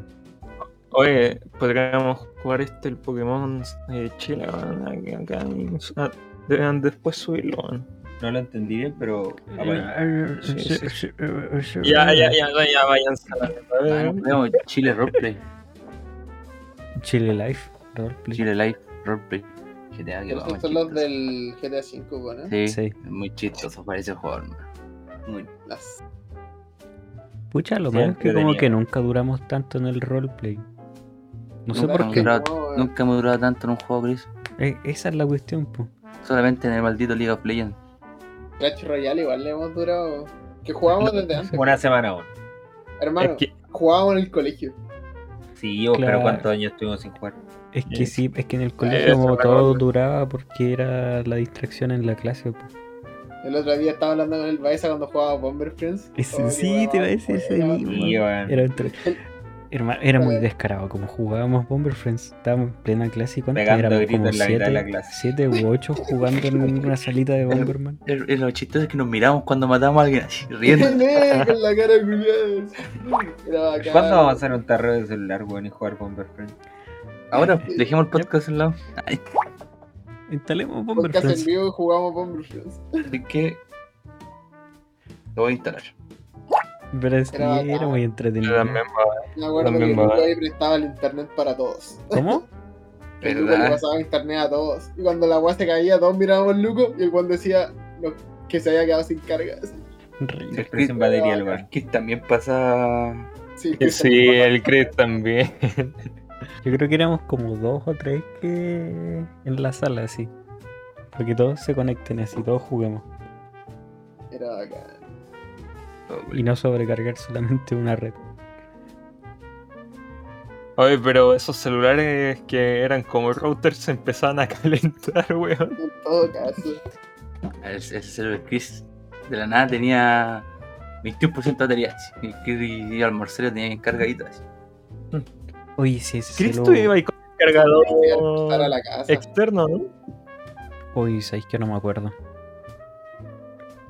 Speaker 1: Oye, podríamos jugar este, el Pokémon eh, Chile, weón, acá- acá en- ah, Deberían después subirlo, weón.
Speaker 5: No lo entendí bien, pero. ah,
Speaker 1: Ah,
Speaker 5: apañé.
Speaker 1: Sí, eh, sí, Ya, ya, ya, ya, ya, váyanse a la
Speaker 7: Ah,
Speaker 1: mierda,
Speaker 7: nos
Speaker 1: weón.
Speaker 7: vemos, Chile Roleplay.
Speaker 3: Chile Life. roleplay.
Speaker 7: [laughs] Chile Live Roleplay. GTA, que
Speaker 2: Pero
Speaker 7: va,
Speaker 2: Estos
Speaker 7: muy
Speaker 2: son los
Speaker 7: chistoso.
Speaker 2: del GTA V, ¿no?
Speaker 7: Sí,
Speaker 3: Sí.
Speaker 7: es muy chistoso para ese jugador. Muy...
Speaker 2: Las-
Speaker 3: Pucha, lo
Speaker 5: Sí,
Speaker 3: malo es que como
Speaker 5: entretenido.
Speaker 3: que nunca duramos tanto en el roleplay. No sé
Speaker 2: Nunca
Speaker 3: por
Speaker 7: hemos
Speaker 3: qué.
Speaker 7: durado-
Speaker 2: No, eh. weón.
Speaker 7: nunca hemos durado tanto en un juego, Chris.
Speaker 3: Eh, esa es la cuestión, po.
Speaker 7: Solamente en el maldito League of Legends.
Speaker 2: Clash Royale igual le hemos durado. Que jugábamos desde antes.
Speaker 5: [laughs] Una semana aún.
Speaker 2: Hermano,
Speaker 1: Es que-
Speaker 2: jugábamos en el colegio.
Speaker 5: Sí, oh,
Speaker 3: Claro.
Speaker 5: pero ¿cuántos años estuvimos sin jugar?
Speaker 3: Es
Speaker 5: Eh,
Speaker 3: que sí, es que en el
Speaker 1: eso
Speaker 3: colegio como
Speaker 1: me
Speaker 3: todo
Speaker 1: acuerdo.
Speaker 3: duraba porque era la distracción en la clase, po.
Speaker 2: El otro día estaba hablando con el Baeza cuando jugaba Bomber Friends.
Speaker 3: Ese-
Speaker 2: Oh, qué
Speaker 3: sí, te iba a decir ese
Speaker 2: weón. [laughs]
Speaker 3: mismo.
Speaker 5: Sí, weón.
Speaker 3: Era, entre- Herma- era muy descarado, como jugábamos Bomber Friends, estábamos en plena clase y cuánto
Speaker 5: Pegando
Speaker 3: éramos
Speaker 5: gritos
Speaker 3: como
Speaker 5: en la mitad de la
Speaker 3: 7
Speaker 5: clase.
Speaker 3: siete u 8 jugando en
Speaker 5: [laughs]
Speaker 3: una salita de Bomberman.
Speaker 7: El- el- Lo chistoso es que nos miramos cuando matamos a alguien así, [laughs] riendo.
Speaker 2: Nene, con la cara culiada. Era bacán.
Speaker 5: ¿Cuándo vamos a hacer un tarro de celular, weón, y jugar con Friends?
Speaker 7: Ahora, dejemos el podcast en lado. Ay,
Speaker 3: Instalemos Bomber
Speaker 2: Podcast en
Speaker 3: Friends.
Speaker 2: vivo y jugamos Bomber Friends.
Speaker 7: ¿De qué? Lo voy a instalar.
Speaker 3: Pero es-
Speaker 2: Era bacán.
Speaker 3: era muy entretenido.
Speaker 1: Yo también, weón.
Speaker 2: Me acuerdo
Speaker 1: También
Speaker 2: que
Speaker 1: va.
Speaker 2: Google ahí prestaba el internet para todos.
Speaker 3: ¿Cómo?
Speaker 2: El Luco le
Speaker 7: ¿Verdad?
Speaker 2: pasaba internet a todos. Y cuando la weá se caía, todos mirábamos al Luco y el Juan decía lo- que se había quedado sin cargas.
Speaker 3: Rico.
Speaker 5: El Friends en batería, el weón.
Speaker 7: Que también pasa.
Speaker 2: Sí, [laughs]
Speaker 1: Que Sí, el Chris también. [laughs]
Speaker 3: Yo creo que éramos como dos o tres que en la sala así. Porque todos se conecten así, todos juguemos.
Speaker 2: Era bacán.
Speaker 3: Y no sobrecargar solamente una red.
Speaker 1: Oye, pero esos celulares que eran como routers se empezaban a [laughs] calentar, weón.
Speaker 2: En todo caso.
Speaker 7: El, el celular Chris de la nada tenía 21% de batería. así. Y el Chris y yo almorcé lo tenía bien cargadito. así.
Speaker 3: Oye, sí, ese
Speaker 1: Chris,
Speaker 3: celu-
Speaker 1: tú ibas ahí con el
Speaker 2: Voy a regresar a
Speaker 1: cargador
Speaker 2: la casa.
Speaker 1: externo, ¿no?
Speaker 3: Oye, sabéis que no me acuerdo.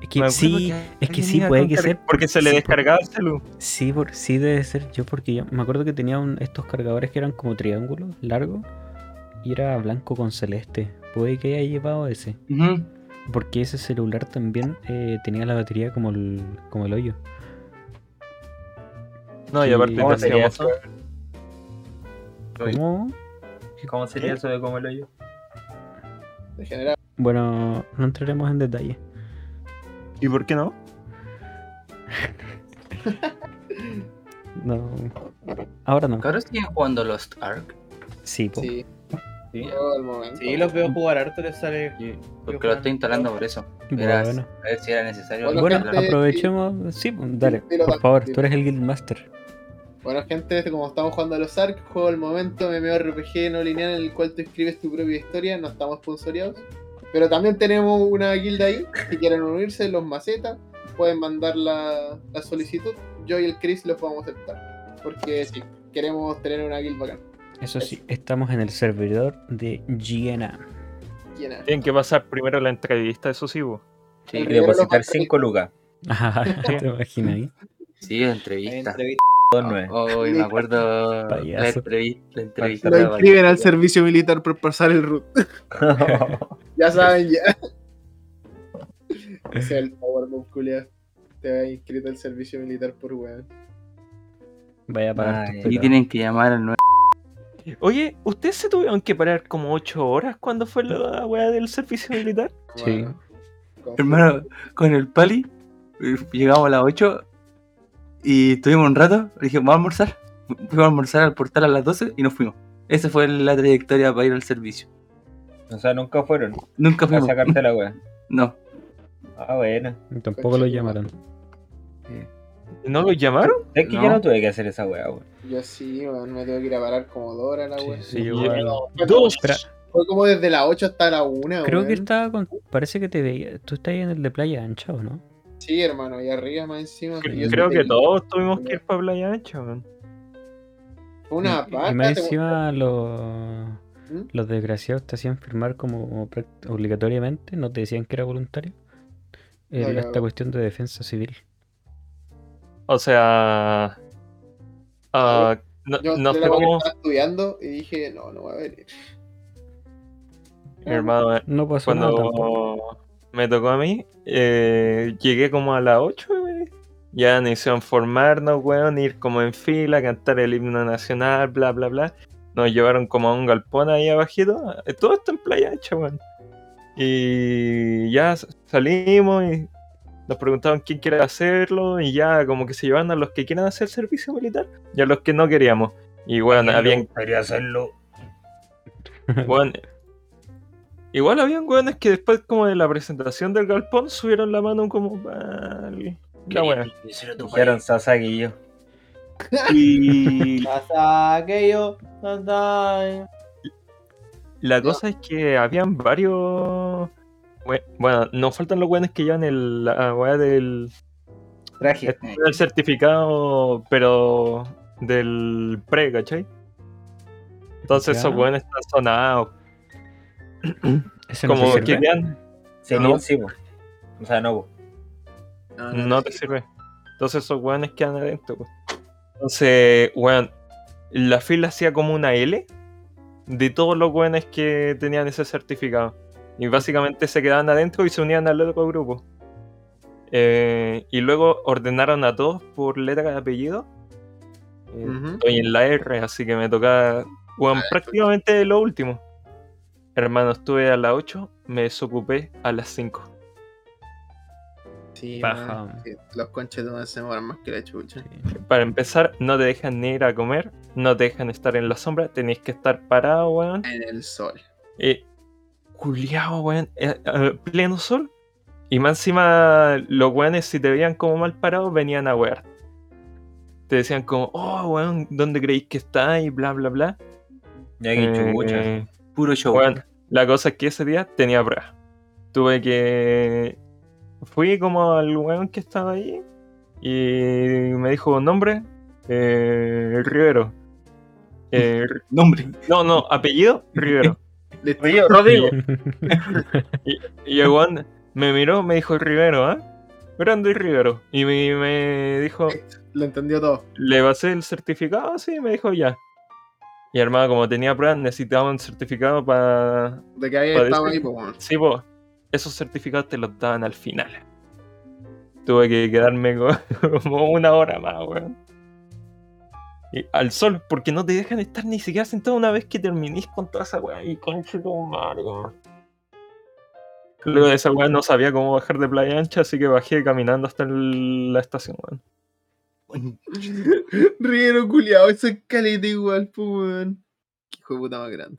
Speaker 3: Es
Speaker 1: Me
Speaker 3: que
Speaker 1: acuerdo
Speaker 3: sí, es que
Speaker 1: alguien
Speaker 3: sí,
Speaker 1: iba
Speaker 3: puede
Speaker 1: con
Speaker 3: que
Speaker 1: carga-
Speaker 3: ser.
Speaker 1: Porque se le
Speaker 3: sí,
Speaker 1: descargaba el celular.
Speaker 3: Sí, por, sí debe ser yo, porque yo me acuerdo que tenía un- estos cargadores que eran como triángulos largos y era blanco con celeste. Puede que haya llevado ese. Porque ese celular también eh, tenía la batería como el, como el hoyo.
Speaker 1: No, y aparte
Speaker 5: ¿Cómo
Speaker 1: te
Speaker 5: sería
Speaker 1: hacíamos
Speaker 5: eso?
Speaker 3: ¿Cómo?
Speaker 5: ¿Cómo sería
Speaker 3: ¿Eh?
Speaker 5: eso de cómo lo yo?
Speaker 2: Degenerado.
Speaker 3: Bueno, no entraremos en detalle.
Speaker 1: ¿Y por qué no?
Speaker 3: No. Ahora no.
Speaker 7: Cabros siguen jugando Lost Ark.
Speaker 3: Sí, po.
Speaker 2: Sí,
Speaker 7: Sí.
Speaker 2: todo el momento.
Speaker 4: Sí, los veo jugar harto, les sale.
Speaker 7: Porque lo estoy instalando por eso. Era-
Speaker 3: Bueno,
Speaker 7: A ver si era necesario.
Speaker 2: Bueno,
Speaker 3: bueno
Speaker 2: gente-
Speaker 3: aprovechemos. Sí, po, dale.
Speaker 2: sí, lo
Speaker 3: Por
Speaker 2: da-
Speaker 3: favor,
Speaker 2: sí.
Speaker 3: tú eres el Guildmaster.
Speaker 2: Bueno, gente, este, como estamos jugando a los ARC, juego del momento, MMORPG no lineal en el cual tú escribes tu propia historia, no estamos sponsoreados. Pero también tenemos una guilda ahí, si quieren unirse, los macetas, pueden mandar la, la solicitud. Yo y el Chris los vamos a aceptar. Porque sí, queremos tener una guild bacán.
Speaker 3: Eso sí, estamos en el servidor de Giena.
Speaker 2: Llena.
Speaker 1: Tienen que pasar primero la entrevista, eso sí, vos.
Speaker 7: Sí,
Speaker 5: Y
Speaker 2: Primero lo
Speaker 5: depositar
Speaker 2: compré.
Speaker 5: 5 lucas.
Speaker 3: [laughs] ¿Te imaginas ahí?
Speaker 7: sí, la entrevista.
Speaker 5: Dos nueve.
Speaker 7: Hoy me acuerdo
Speaker 3: [laughs]
Speaker 7: la
Speaker 3: Payaso.
Speaker 7: entrevista. La entrevista
Speaker 6: Lo
Speaker 7: de
Speaker 6: inscriben al servicio militar por pasar el root.
Speaker 3: Ah,
Speaker 5: [laughs]
Speaker 2: Ya saben, ya. [laughs] Ese es el power move, culiao. Te había inscrito al servicio militar por weón.
Speaker 3: Vaya a
Speaker 1: Ah,
Speaker 3: pagar
Speaker 5: Ay,
Speaker 3: tus
Speaker 7: Y
Speaker 3: pecados.
Speaker 7: tienen que llamar al nuevo.
Speaker 1: Oye, ¿ustedes se tuvieron que parar como 8 horas cuando fue la weá del servicio militar?
Speaker 3: Sí.
Speaker 2: Bueno, con-
Speaker 7: Hermano, con el pali, eh, llegamos a las 8 y estuvimos un rato. Le dije, vamos a almorzar. Fu- Fuimos a almorzar al portal a las 12 y nos fuimos. Esa fue la trayectoria para ir al servicio.
Speaker 5: O sea, nunca fueron
Speaker 7: Nunca
Speaker 5: a
Speaker 7: fuimos.
Speaker 5: sacarte la weá.
Speaker 7: [laughs] No.
Speaker 5: Ah, bueno.
Speaker 3: Tampoco lo llamaron.
Speaker 1: ¿No los llamaron?
Speaker 5: Es que
Speaker 7: No.
Speaker 5: yo no tuve que hacer esa weá, weón.
Speaker 2: Yo sí, weón, me tengo que ir a parar como Dora la
Speaker 3: Sí,
Speaker 2: weón.
Speaker 3: sí,
Speaker 1: Yo-
Speaker 3: igual.
Speaker 2: Pero-
Speaker 1: Dos.
Speaker 3: Espera,
Speaker 2: Fue como desde las 8 hasta la 1.
Speaker 3: Creo que estaba con. Parece que te veía. Tú estás en el de Playa Ancha, ¿o no?
Speaker 2: Sí, hermano, y arriba más encima.
Speaker 1: Cre-
Speaker 2: y yo
Speaker 1: Creo
Speaker 2: soy
Speaker 1: que
Speaker 2: de-
Speaker 1: todos tuvimos que ir para Playa Ancha, weón.
Speaker 2: Fue una
Speaker 3: Y-
Speaker 2: paja,
Speaker 3: Y más
Speaker 2: te-
Speaker 3: encima los,
Speaker 2: ¿Mm?
Speaker 3: los desgraciados te hacían firmar como prac- obligatoriamente, no te decían que era voluntario. eh,
Speaker 2: La
Speaker 3: esta
Speaker 2: cagó.
Speaker 3: cuestión de defensa civil.
Speaker 1: O sea. ah, no,
Speaker 2: Yo
Speaker 1: no
Speaker 2: yo
Speaker 1: sé
Speaker 2: la
Speaker 1: cómo,
Speaker 2: estaba estudiando y dije, no, no voy a venir.
Speaker 1: hermano, eh.
Speaker 3: Pues No pasó nada tampoco.
Speaker 1: cuando me tocó a mí, eh, llegué como a las 8, güey. Ya nos hicieron formarnos, weón, ir como en fila, cantar el himno nacional, bla, bla, bla. Nos llevaron como a un galpón ahí abajito. eh, Todo está en playa ancha, weón. Y ya s- salimos y nos preguntaban quién quiere hacerlo y ya como que se llevaron a los que quieran hacer servicio militar y a los que no queríamos. Y weón, habían
Speaker 5: Podría hacerlo.
Speaker 1: Weón, igual habían weones que después como de la presentación del galpón subieron la mano como "Vale, la wea".
Speaker 5: Dijeron Sasaki y yo.
Speaker 7: Y
Speaker 4: Hasta aquello. eh. tan, tan.
Speaker 1: La cosa es que habían varios we- bueno, no faltan los weones que llevan el la wea del
Speaker 4: Traje.
Speaker 1: el certificado pero del pre, ¿cachai? Entonces
Speaker 3: Ya.
Speaker 1: esos weones están sonados.
Speaker 3: Ese no
Speaker 1: como
Speaker 3: se
Speaker 1: que
Speaker 3: sirve.
Speaker 1: vean
Speaker 5: Sí,
Speaker 1: No.
Speaker 5: no, sí, po. O sea, no, po.
Speaker 1: no te sirve. Entonces esos weones quedan adentro. pues. po. Entonces, weón, la fila hacía como una L de todos los weones que tenían ese certificado. Y básicamente se quedaban adentro y se unían al otro grupo. Eh, y luego ordenaron a todos por letra de apellido. Eh,
Speaker 2: Mm.
Speaker 6: Ujú.
Speaker 1: Estoy en la R, así que me toca. Weón, prácticamente lo último. Hermano, estuve a las 8, me desocupé a las 5.
Speaker 6: Sí,
Speaker 3: Paja.
Speaker 6: weón, sí, los conches toman se demoran más que la chucha.
Speaker 1: Para empezar, no te dejan ni ir a comer, no te dejan estar en la sombra, tenéis que estar parado, weón.
Speaker 6: En el sol.
Speaker 1: Eh, culiao, weón, eh, eh, pleno sol. Y más encima, los weones, si te veían como mal parado, venían a wear. Te decían como, oh, weón, ¿dónde creéis que está? Y bla, bla, bla.
Speaker 5: Ya que chucha.
Speaker 1: Eh,
Speaker 7: puro show.
Speaker 1: Weón, la cosa es que ese día tenía prueba. Tuve que. Fui como al weón que estaba ahí y me dijo nombre: eh, Rivero. Eh,
Speaker 7: Nombre.
Speaker 1: no, no, apellido: Rivero.
Speaker 6: Listo.
Speaker 2: eh,
Speaker 5: Oye,
Speaker 2: [laughs]
Speaker 5: Rodrigo,
Speaker 3: [laughs]
Speaker 1: Y el weón me miró, me dijo Rivero, ¿ah? Grande Rivero. Y me, me dijo:
Speaker 6: Lo entendió todo.
Speaker 1: Le pasé el certificado, así, me dijo ya. Y hermano, como tenía pruebas, necesitaba un certificado para
Speaker 6: De que había
Speaker 1: Parece-
Speaker 6: estado ahí, pues, weón.
Speaker 1: Sí, po, esos certificados te los daban al final. Tuve que quedarme co- [laughs] como una hora más, weón. Y al sol, porque no te dejan estar ni siquiera sentado una vez que terminís con toda esa weá y concha tu madre, weón. Luego de esa weá no sabía cómo bajar de playa ancha, así que bajé caminando hasta el- la estación, weón.
Speaker 6: Riero culiado, eso es caleta igual, pues, weón. Qué hijo de puta más grande.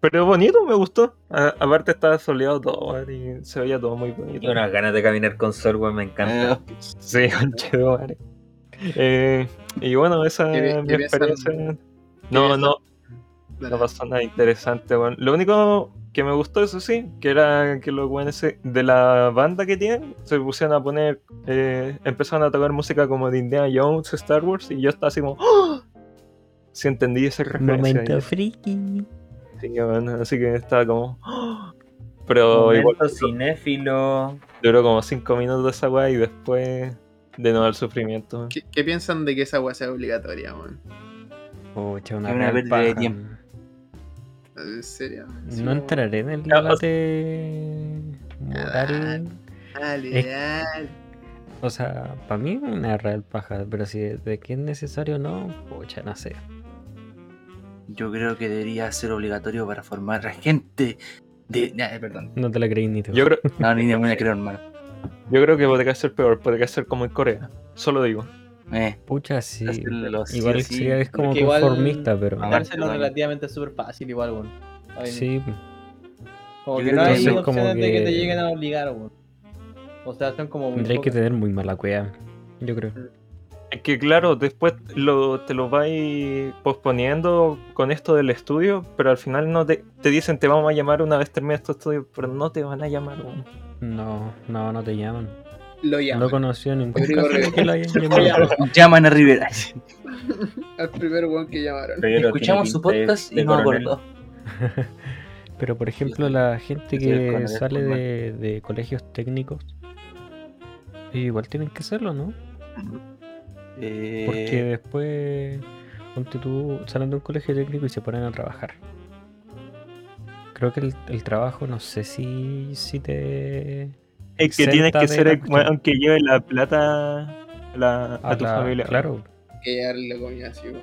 Speaker 1: Pero bonito, me gustó. A- aparte estaba soleado todo, weón, y se veía todo muy bonito.
Speaker 5: tengo unas ganas de caminar con sol, weón, me encanta.
Speaker 1: Sí, [laughs] conche tu madre. Eh, y bueno, esa
Speaker 6: ¿Qué pi-
Speaker 1: es mi
Speaker 6: qué piensan?
Speaker 1: experiencia. No,
Speaker 6: piensan?
Speaker 1: no,
Speaker 6: Dale.
Speaker 1: no pasó nada interesante, weón. Lo único que me gustó, eso sí, que era que los weones se- de la banda que tienen se pusieron a poner, eh, empezaron a tocar música como de Indiana Jones, Star Wars, y yo estaba así como, ¡Ah! Sí entendí ese referencia.
Speaker 3: Momento friki.
Speaker 1: Sí, weón, así que estaba como, ¡Ah! Pero igual
Speaker 5: Momento cinéfilo.
Speaker 1: duró como 5 minutos esa weá y después de nuevo el sufrimiento. weón.
Speaker 6: ¿Qué, qué piensan de que esa weá sea obligatoria, weón?
Speaker 3: Pucha,
Speaker 7: Es
Speaker 3: una,
Speaker 7: una
Speaker 3: gran
Speaker 7: pérdida de
Speaker 3: paja.
Speaker 7: tiempo.
Speaker 6: ¿En serio?
Speaker 3: No entraré en el
Speaker 1: Ya, o
Speaker 3: debate moral.
Speaker 6: Dale,
Speaker 3: Es-
Speaker 6: dale.
Speaker 3: O sea, para mí es una real paja, pero si de, de que es necesario o no, pucha, no sé.
Speaker 7: Yo creo que debería ser obligatorio para formar a gente de. nah, eh, perdón.
Speaker 3: No te la creí ni tú.
Speaker 1: Yo creo,
Speaker 7: No, ni ninguna creo, hermano.
Speaker 1: Yo creo que podría ser peor, podría ser como en Corea. Solo digo.
Speaker 7: Eh,
Speaker 3: Pucha, sí.
Speaker 7: hacerlo sí
Speaker 3: Igual
Speaker 7: o sí.
Speaker 3: sería es como
Speaker 4: Porque igual-
Speaker 3: conformista, pero.
Speaker 7: Ah,
Speaker 4: Dárselo
Speaker 7: vale.
Speaker 4: relativamente súper fácil, igual, weón. Ay,
Speaker 3: Sí,
Speaker 4: Como
Speaker 7: Yo
Speaker 4: que
Speaker 7: creo
Speaker 4: no
Speaker 7: que
Speaker 4: hay
Speaker 7: eso es
Speaker 4: opciones
Speaker 3: como
Speaker 4: de que
Speaker 3: que-
Speaker 4: te lleguen a obligar, weón. O sea, son como. muy
Speaker 3: tendréis que
Speaker 4: pocas.
Speaker 3: tener muy mala cueva. Yo creo.
Speaker 1: Es que claro, después lo, te lo vais posponiendo con esto del estudio, pero al final no te, te dicen te vamos a llamar una vez termine este estudio, pero no te van a llamar. weón.
Speaker 3: No, no, no te llaman.
Speaker 2: Lo
Speaker 3: No
Speaker 2: llaman.
Speaker 3: conocí a ningún
Speaker 2: Rodrigo
Speaker 3: caso
Speaker 2: Rivera.
Speaker 3: que lo hayan
Speaker 2: Lo
Speaker 3: llamado.
Speaker 2: llaman.
Speaker 7: Llaman a Rivera.
Speaker 2: Al primer weón que llamaron.
Speaker 5: Pero
Speaker 7: Escuchamos
Speaker 5: tiene
Speaker 7: su
Speaker 5: pinta de-
Speaker 7: podcast
Speaker 5: de
Speaker 7: y nos
Speaker 5: coronel.
Speaker 7: acordó.
Speaker 3: Pero por ejemplo, la gente
Speaker 5: Sí, con
Speaker 3: que
Speaker 5: el
Speaker 3: sale
Speaker 5: formal.
Speaker 3: de, de colegios técnicos, igual tienen que hacerlo, ¿no?
Speaker 7: Eh,
Speaker 3: Porque después, ponte tú, salen de un colegio técnico y se ponen a trabajar. Creo que el, el trabajo, no sé si, si te...
Speaker 1: Es que
Speaker 3: Exenta
Speaker 1: tienes que
Speaker 3: de
Speaker 1: ser
Speaker 3: la
Speaker 1: el
Speaker 3: cuestión.
Speaker 1: weón que lleve la plata a, la- a
Speaker 3: a
Speaker 1: tu
Speaker 3: la-
Speaker 1: familia.
Speaker 3: Claro,
Speaker 2: Que llevarle la comida así, weón.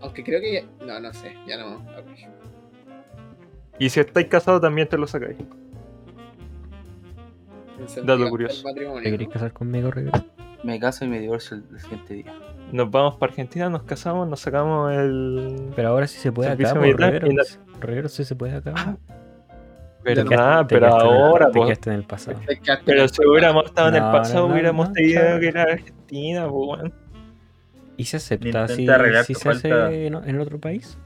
Speaker 2: Aunque creo que ya. No, no sé. Ya no. a ver.
Speaker 1: Y si estáis casados también te lo sacáis.
Speaker 2: Incentivando
Speaker 1: curioso.
Speaker 2: el
Speaker 3: ¿te
Speaker 2: matrimonio,
Speaker 3: querés casar conmigo, Rivera?
Speaker 7: Me caso y me divorcio el, el siguiente día.
Speaker 1: Nos vamos para Argentina, nos casamos, nos sacamos el...
Speaker 3: Pero ahora sí se puede
Speaker 1: Servicio
Speaker 3: acá, po,
Speaker 1: militar y
Speaker 3: Rivera. Rivera sí se puede acá.
Speaker 1: ¿Verdad?
Speaker 3: Te
Speaker 1: Ah, pero
Speaker 3: quedaste en el-
Speaker 1: ahora, pues.
Speaker 3: Te
Speaker 1: po.
Speaker 3: quedaste en el pasado.
Speaker 2: ¿no? Te quedaste
Speaker 1: Pero si hubiéramos estado en el
Speaker 3: No,
Speaker 1: pasado,
Speaker 3: no, no,
Speaker 1: hubiéramos
Speaker 3: no,
Speaker 1: tenido
Speaker 3: chao.
Speaker 1: que ir a Argentina, po, weón.
Speaker 3: ¿Y se acepta
Speaker 5: Intenta
Speaker 3: si,
Speaker 5: arreglar
Speaker 3: si
Speaker 5: tu
Speaker 3: se
Speaker 5: falta.
Speaker 3: hace en, en otro país?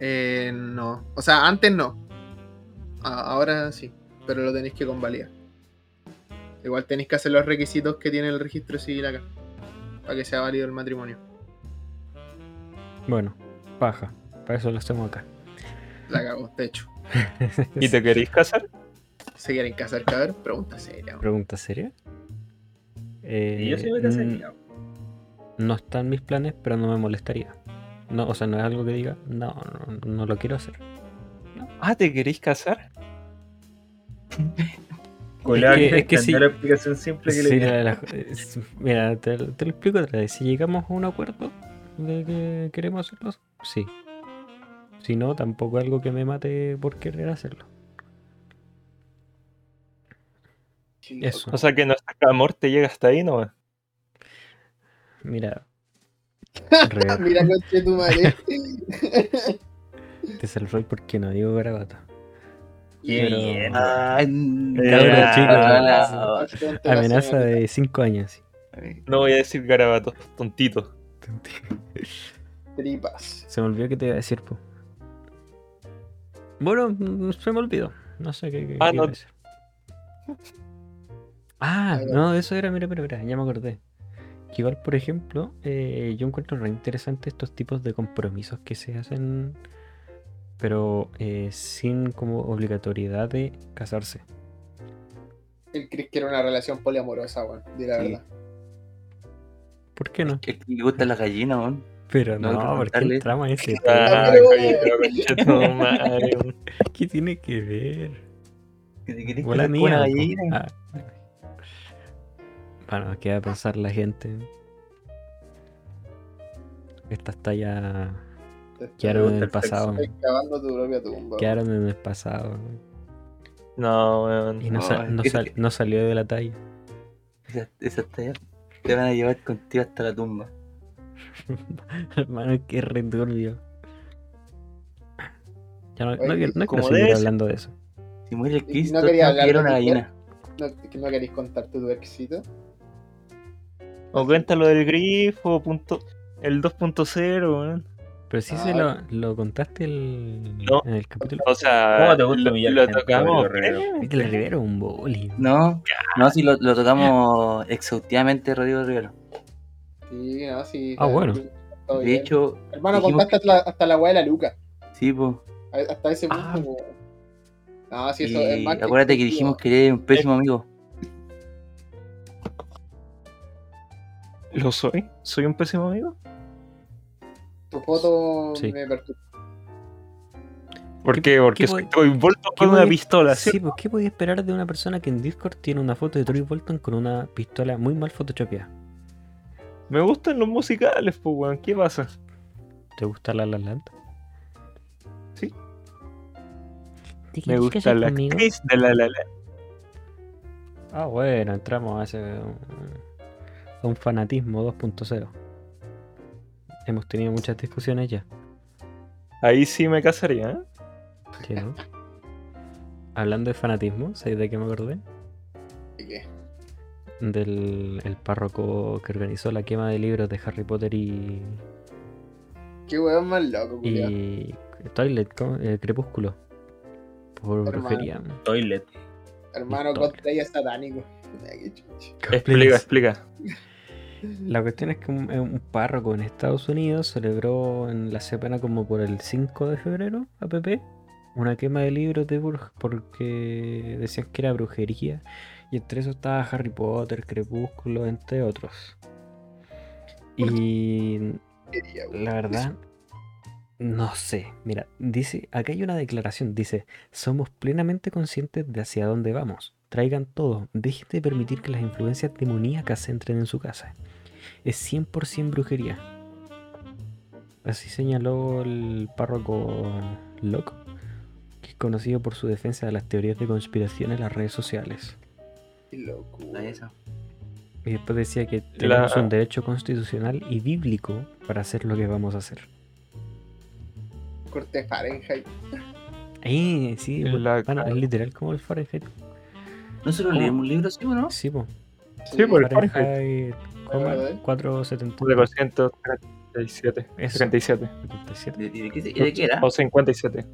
Speaker 2: Eh, no. O sea, antes no. A- ahora sí. Pero lo tenéis que convalidar. Igual tenéis que hacer los requisitos que tiene el registro civil acá. Para que sea válido el matrimonio.
Speaker 3: Bueno, paja. Para eso lo hacemos acá.
Speaker 2: La cago, de hecho.
Speaker 1: ¿Y te queréis casar?
Speaker 2: ¿Se quieren casar, cabrón? Pregunta seria. weón.
Speaker 3: [laughs] ¿Pregunta seria? Eh,
Speaker 5: Y yo sí me casaría.
Speaker 3: No están mis planes, pero no me molestaría. No, o sea, no es algo que diga, no, no, no lo quiero hacer.
Speaker 1: Ah, ¿te queréis casar?
Speaker 5: Colar,
Speaker 3: Es que- es que
Speaker 5: entendió
Speaker 3: sí.
Speaker 5: la explicación simple que le
Speaker 3: Sí,
Speaker 5: di.
Speaker 3: la- la- es- mira, te, te lo explico otra vez. Si llegamos a un acuerdo de que queremos hacerlo, sí. Si no, tampoco algo que me mate por querer hacerlo. Eso.
Speaker 1: O sea que nuestro amor te llega hasta ahí, ¿no?
Speaker 3: Mira.
Speaker 2: Ah,
Speaker 3: Rivera,
Speaker 2: Mira, coche tu
Speaker 3: [laughs]
Speaker 2: madre.
Speaker 3: te salvé porque no digo garabato.
Speaker 5: Qué
Speaker 3: Pero-
Speaker 5: bien.
Speaker 7: Ay,
Speaker 3: Cabros, chicos.
Speaker 2: Bastante la
Speaker 3: Amenaza
Speaker 2: señora.
Speaker 3: de 5 años.
Speaker 1: No voy a decir garabatos, tontito.
Speaker 2: Tripas.
Speaker 3: Se me olvidó que te iba a decir, po. Bueno, mm, se me olvidó. No sé qué. qué-
Speaker 1: Ah,
Speaker 3: qué
Speaker 1: no.
Speaker 3: iba a decir. Ah,
Speaker 2: Ahí va.
Speaker 3: no, eso era, mira, mira, mira, ya me acordé. Que igual, por ejemplo, eh, yo encuentro re interesante estos tipos de compromisos que se hacen, pero eh, sin como obligatoriedad de casarse.
Speaker 2: Él crees que era una relación poliamorosa, weón. Di la
Speaker 7: Sí.
Speaker 2: verdad.
Speaker 3: ¿Por qué no?
Speaker 7: Que le gustan las gallinas, weón.
Speaker 3: Pero
Speaker 7: No,
Speaker 3: no, ¿por qué
Speaker 7: preguntarle.
Speaker 3: el trama ese?
Speaker 1: Ah,
Speaker 2: pero-
Speaker 1: pero conchetumadre, weón.
Speaker 3: ¿Qué tiene que ver?
Speaker 7: Que te querés
Speaker 3: Bola
Speaker 7: casar con una
Speaker 3: mía, po.
Speaker 7: gallina.
Speaker 3: Ah. Bueno, queda pensar la gente. Estas tallas quedaron en el pasado.
Speaker 2: Estás cavando tu propia tumba. weón.
Speaker 3: Quedaron en el pasado.
Speaker 1: No, weón.
Speaker 3: Y no, sal-
Speaker 7: Ay,
Speaker 3: no
Speaker 7: qué-
Speaker 3: sal- no salió de la talla. [laughs]
Speaker 7: Esas, esas tallas te van a llevar contigo hasta la tumba.
Speaker 3: Hermano, qué returbio. Ya no, no
Speaker 2: Oye,
Speaker 3: quiero, no quiero
Speaker 1: como debe
Speaker 3: seguir
Speaker 1: ser.
Speaker 3: hablando de eso.
Speaker 7: Si muere el
Speaker 2: no
Speaker 7: Cristo, no
Speaker 2: quería hablar
Speaker 7: quiero una
Speaker 2: de mi
Speaker 7: gallina.
Speaker 2: ¿No, que ¿No queréis contarte tu éxito?
Speaker 1: O cuenta lo del grifo, punto... el 2.0, weón.
Speaker 3: Pero sí se
Speaker 2: Ay.
Speaker 3: lo, lo contaste el,
Speaker 1: No.
Speaker 3: en el capítulo.
Speaker 1: O sea,
Speaker 5: ¿Cómo te gusta
Speaker 1: Ah, lo-
Speaker 5: humillar
Speaker 1: lo
Speaker 5: gente,
Speaker 1: tocamos. ¿Eh?
Speaker 5: Rodrigo Rivero?
Speaker 3: Viste, el Rivero un boli.
Speaker 7: No, no, si lo, lo tocamos exhaustivamente, Rodrigo Rivero.
Speaker 2: Sí, no, sí.
Speaker 3: Ah, bueno.
Speaker 2: Todo
Speaker 7: De
Speaker 2: bien.
Speaker 7: hecho,
Speaker 2: Hermano,
Speaker 7: dijimos
Speaker 2: contaste hasta, la, hasta la weá de la Luca.
Speaker 7: sí, pues.
Speaker 2: A- Hasta ese punto,
Speaker 3: Ah.
Speaker 2: weón. No, sí, eso es
Speaker 7: Y
Speaker 2: más
Speaker 7: acuérdate que dijimos que eres un pésimo amigo.
Speaker 1: ¿Lo soy? ¿Soy un pésimo amigo?
Speaker 2: Tu foto
Speaker 3: Sí.
Speaker 2: me perturbó.
Speaker 1: ¿Por
Speaker 3: ¿Qué-
Speaker 1: qué? Porque
Speaker 3: qué
Speaker 1: soy
Speaker 3: voy-
Speaker 1: Troy Bolton
Speaker 3: qué
Speaker 1: con una
Speaker 3: voy-
Speaker 1: pistola,
Speaker 3: Sí,
Speaker 1: ¿sí?
Speaker 3: pues ¿qué podía esperar de una persona que en Discord tiene una foto de Troy Bolton con una pistola muy mal photoshopeada?
Speaker 1: Me gustan los musicales, pues, weón. ¿Qué pasa?
Speaker 3: ¿Te gusta la La Land?
Speaker 1: Sí.
Speaker 3: ¿Te
Speaker 1: Me
Speaker 3: quieres
Speaker 1: gusta
Speaker 3: casar
Speaker 1: la
Speaker 3: conmigo?
Speaker 1: actriz de la la la.
Speaker 3: Ah, bueno, entramos a ese a un fanatismo 2.0. Hemos tenido muchas discusiones ya.
Speaker 1: Ahí sí me casaría, ¿eh? [laughs]
Speaker 3: ¿sí, no? Hablando de fanatismo, ¿sabes de qué me acordé?
Speaker 2: ¿Qué?
Speaker 3: del el párroco que organizó la quema de libros de Harry Potter y,
Speaker 2: Qué weón más loco, culiao.
Speaker 3: y Twilight, ¿cómo? Eh, Crepúsculo. Por
Speaker 2: Hermano.
Speaker 3: brujería.
Speaker 5: Toilet.
Speaker 2: Hermano,
Speaker 3: Doctor.
Speaker 2: cosplay es satánico. Mira, qué chucha.
Speaker 1: Explica, explica.
Speaker 3: La cuestión es que un, eh, un párroco en Estados Unidos celebró en la semana como por el 5 de febrero, APP, una quema de libros de Burg porque decían que era brujería y entre eso estaba Harry Potter, Crepúsculo, entre otros. Y
Speaker 2: Quería, weón.
Speaker 3: La verdad, no sé. Mira, dice, acá hay una declaración, dice, somos plenamente conscientes de hacia dónde vamos. Traigan todo, dejen de permitir que las influencias demoníacas entren en su casa. Es 100% brujería. Así señaló el párroco Locke, que es conocido por su defensa de las teorías de conspiración en las redes sociales.
Speaker 2: [laughs] Qué loco, weón.
Speaker 3: Y después decía que tenemos un derecho constitucional y bíblico para hacer lo que vamos a hacer.
Speaker 2: Corte Fahrenheit.
Speaker 3: Eh, sí,
Speaker 1: Es
Speaker 3: pues,
Speaker 1: la-
Speaker 3: bueno, es literal como el Fahrenheit.
Speaker 7: Nosotros
Speaker 1: ¿Cómo?
Speaker 7: leemos libros, ¿sí o no?
Speaker 3: Sí, pues.
Speaker 1: Sí, por el Fahrenheit.
Speaker 3: Fahrenheit, coma,
Speaker 2: Ah, ¿eh?
Speaker 3: 471.
Speaker 1: 437.
Speaker 3: Eso.
Speaker 1: 37.
Speaker 3: 77.
Speaker 7: ¿De, de qué, se- de qué era?
Speaker 1: O 57.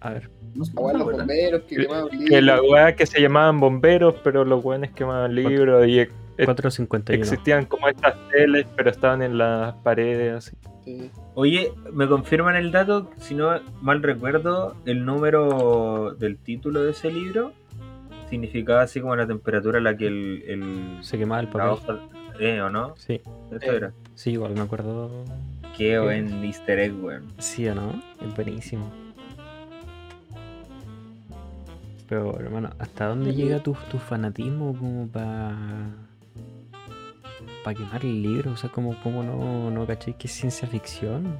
Speaker 3: A ver,
Speaker 7: No sé,
Speaker 2: La weá de
Speaker 7: no
Speaker 2: los
Speaker 7: me acuerdo.
Speaker 2: bomberos que
Speaker 1: Que-
Speaker 2: quemaban
Speaker 1: Que la
Speaker 2: libros.
Speaker 1: weá que se llamaban bomberos, pero los weones quemaban libros y ex- ex-
Speaker 3: 451.
Speaker 1: existían como estas teles, pero estaban en las paredes. Así.
Speaker 2: Sí.
Speaker 5: Oye, ¿me confirman el dato? Si no mal recuerdo, el número del título de ese libro significaba así como la temperatura a la que el... el
Speaker 3: Se quemaba el
Speaker 5: la
Speaker 3: papel.
Speaker 5: hoja- eh, ¿o no?
Speaker 3: Sí,
Speaker 5: Eso era.
Speaker 3: sí, igual me acuerdo.
Speaker 5: Qué buen easter egg, weón.
Speaker 3: Sí o no, es buenísimo. Pero hermano, ¿hasta dónde llega tu, tu fanatismo como para para quemar libros? O sea, como cómo no, no caché que es ciencia ficción?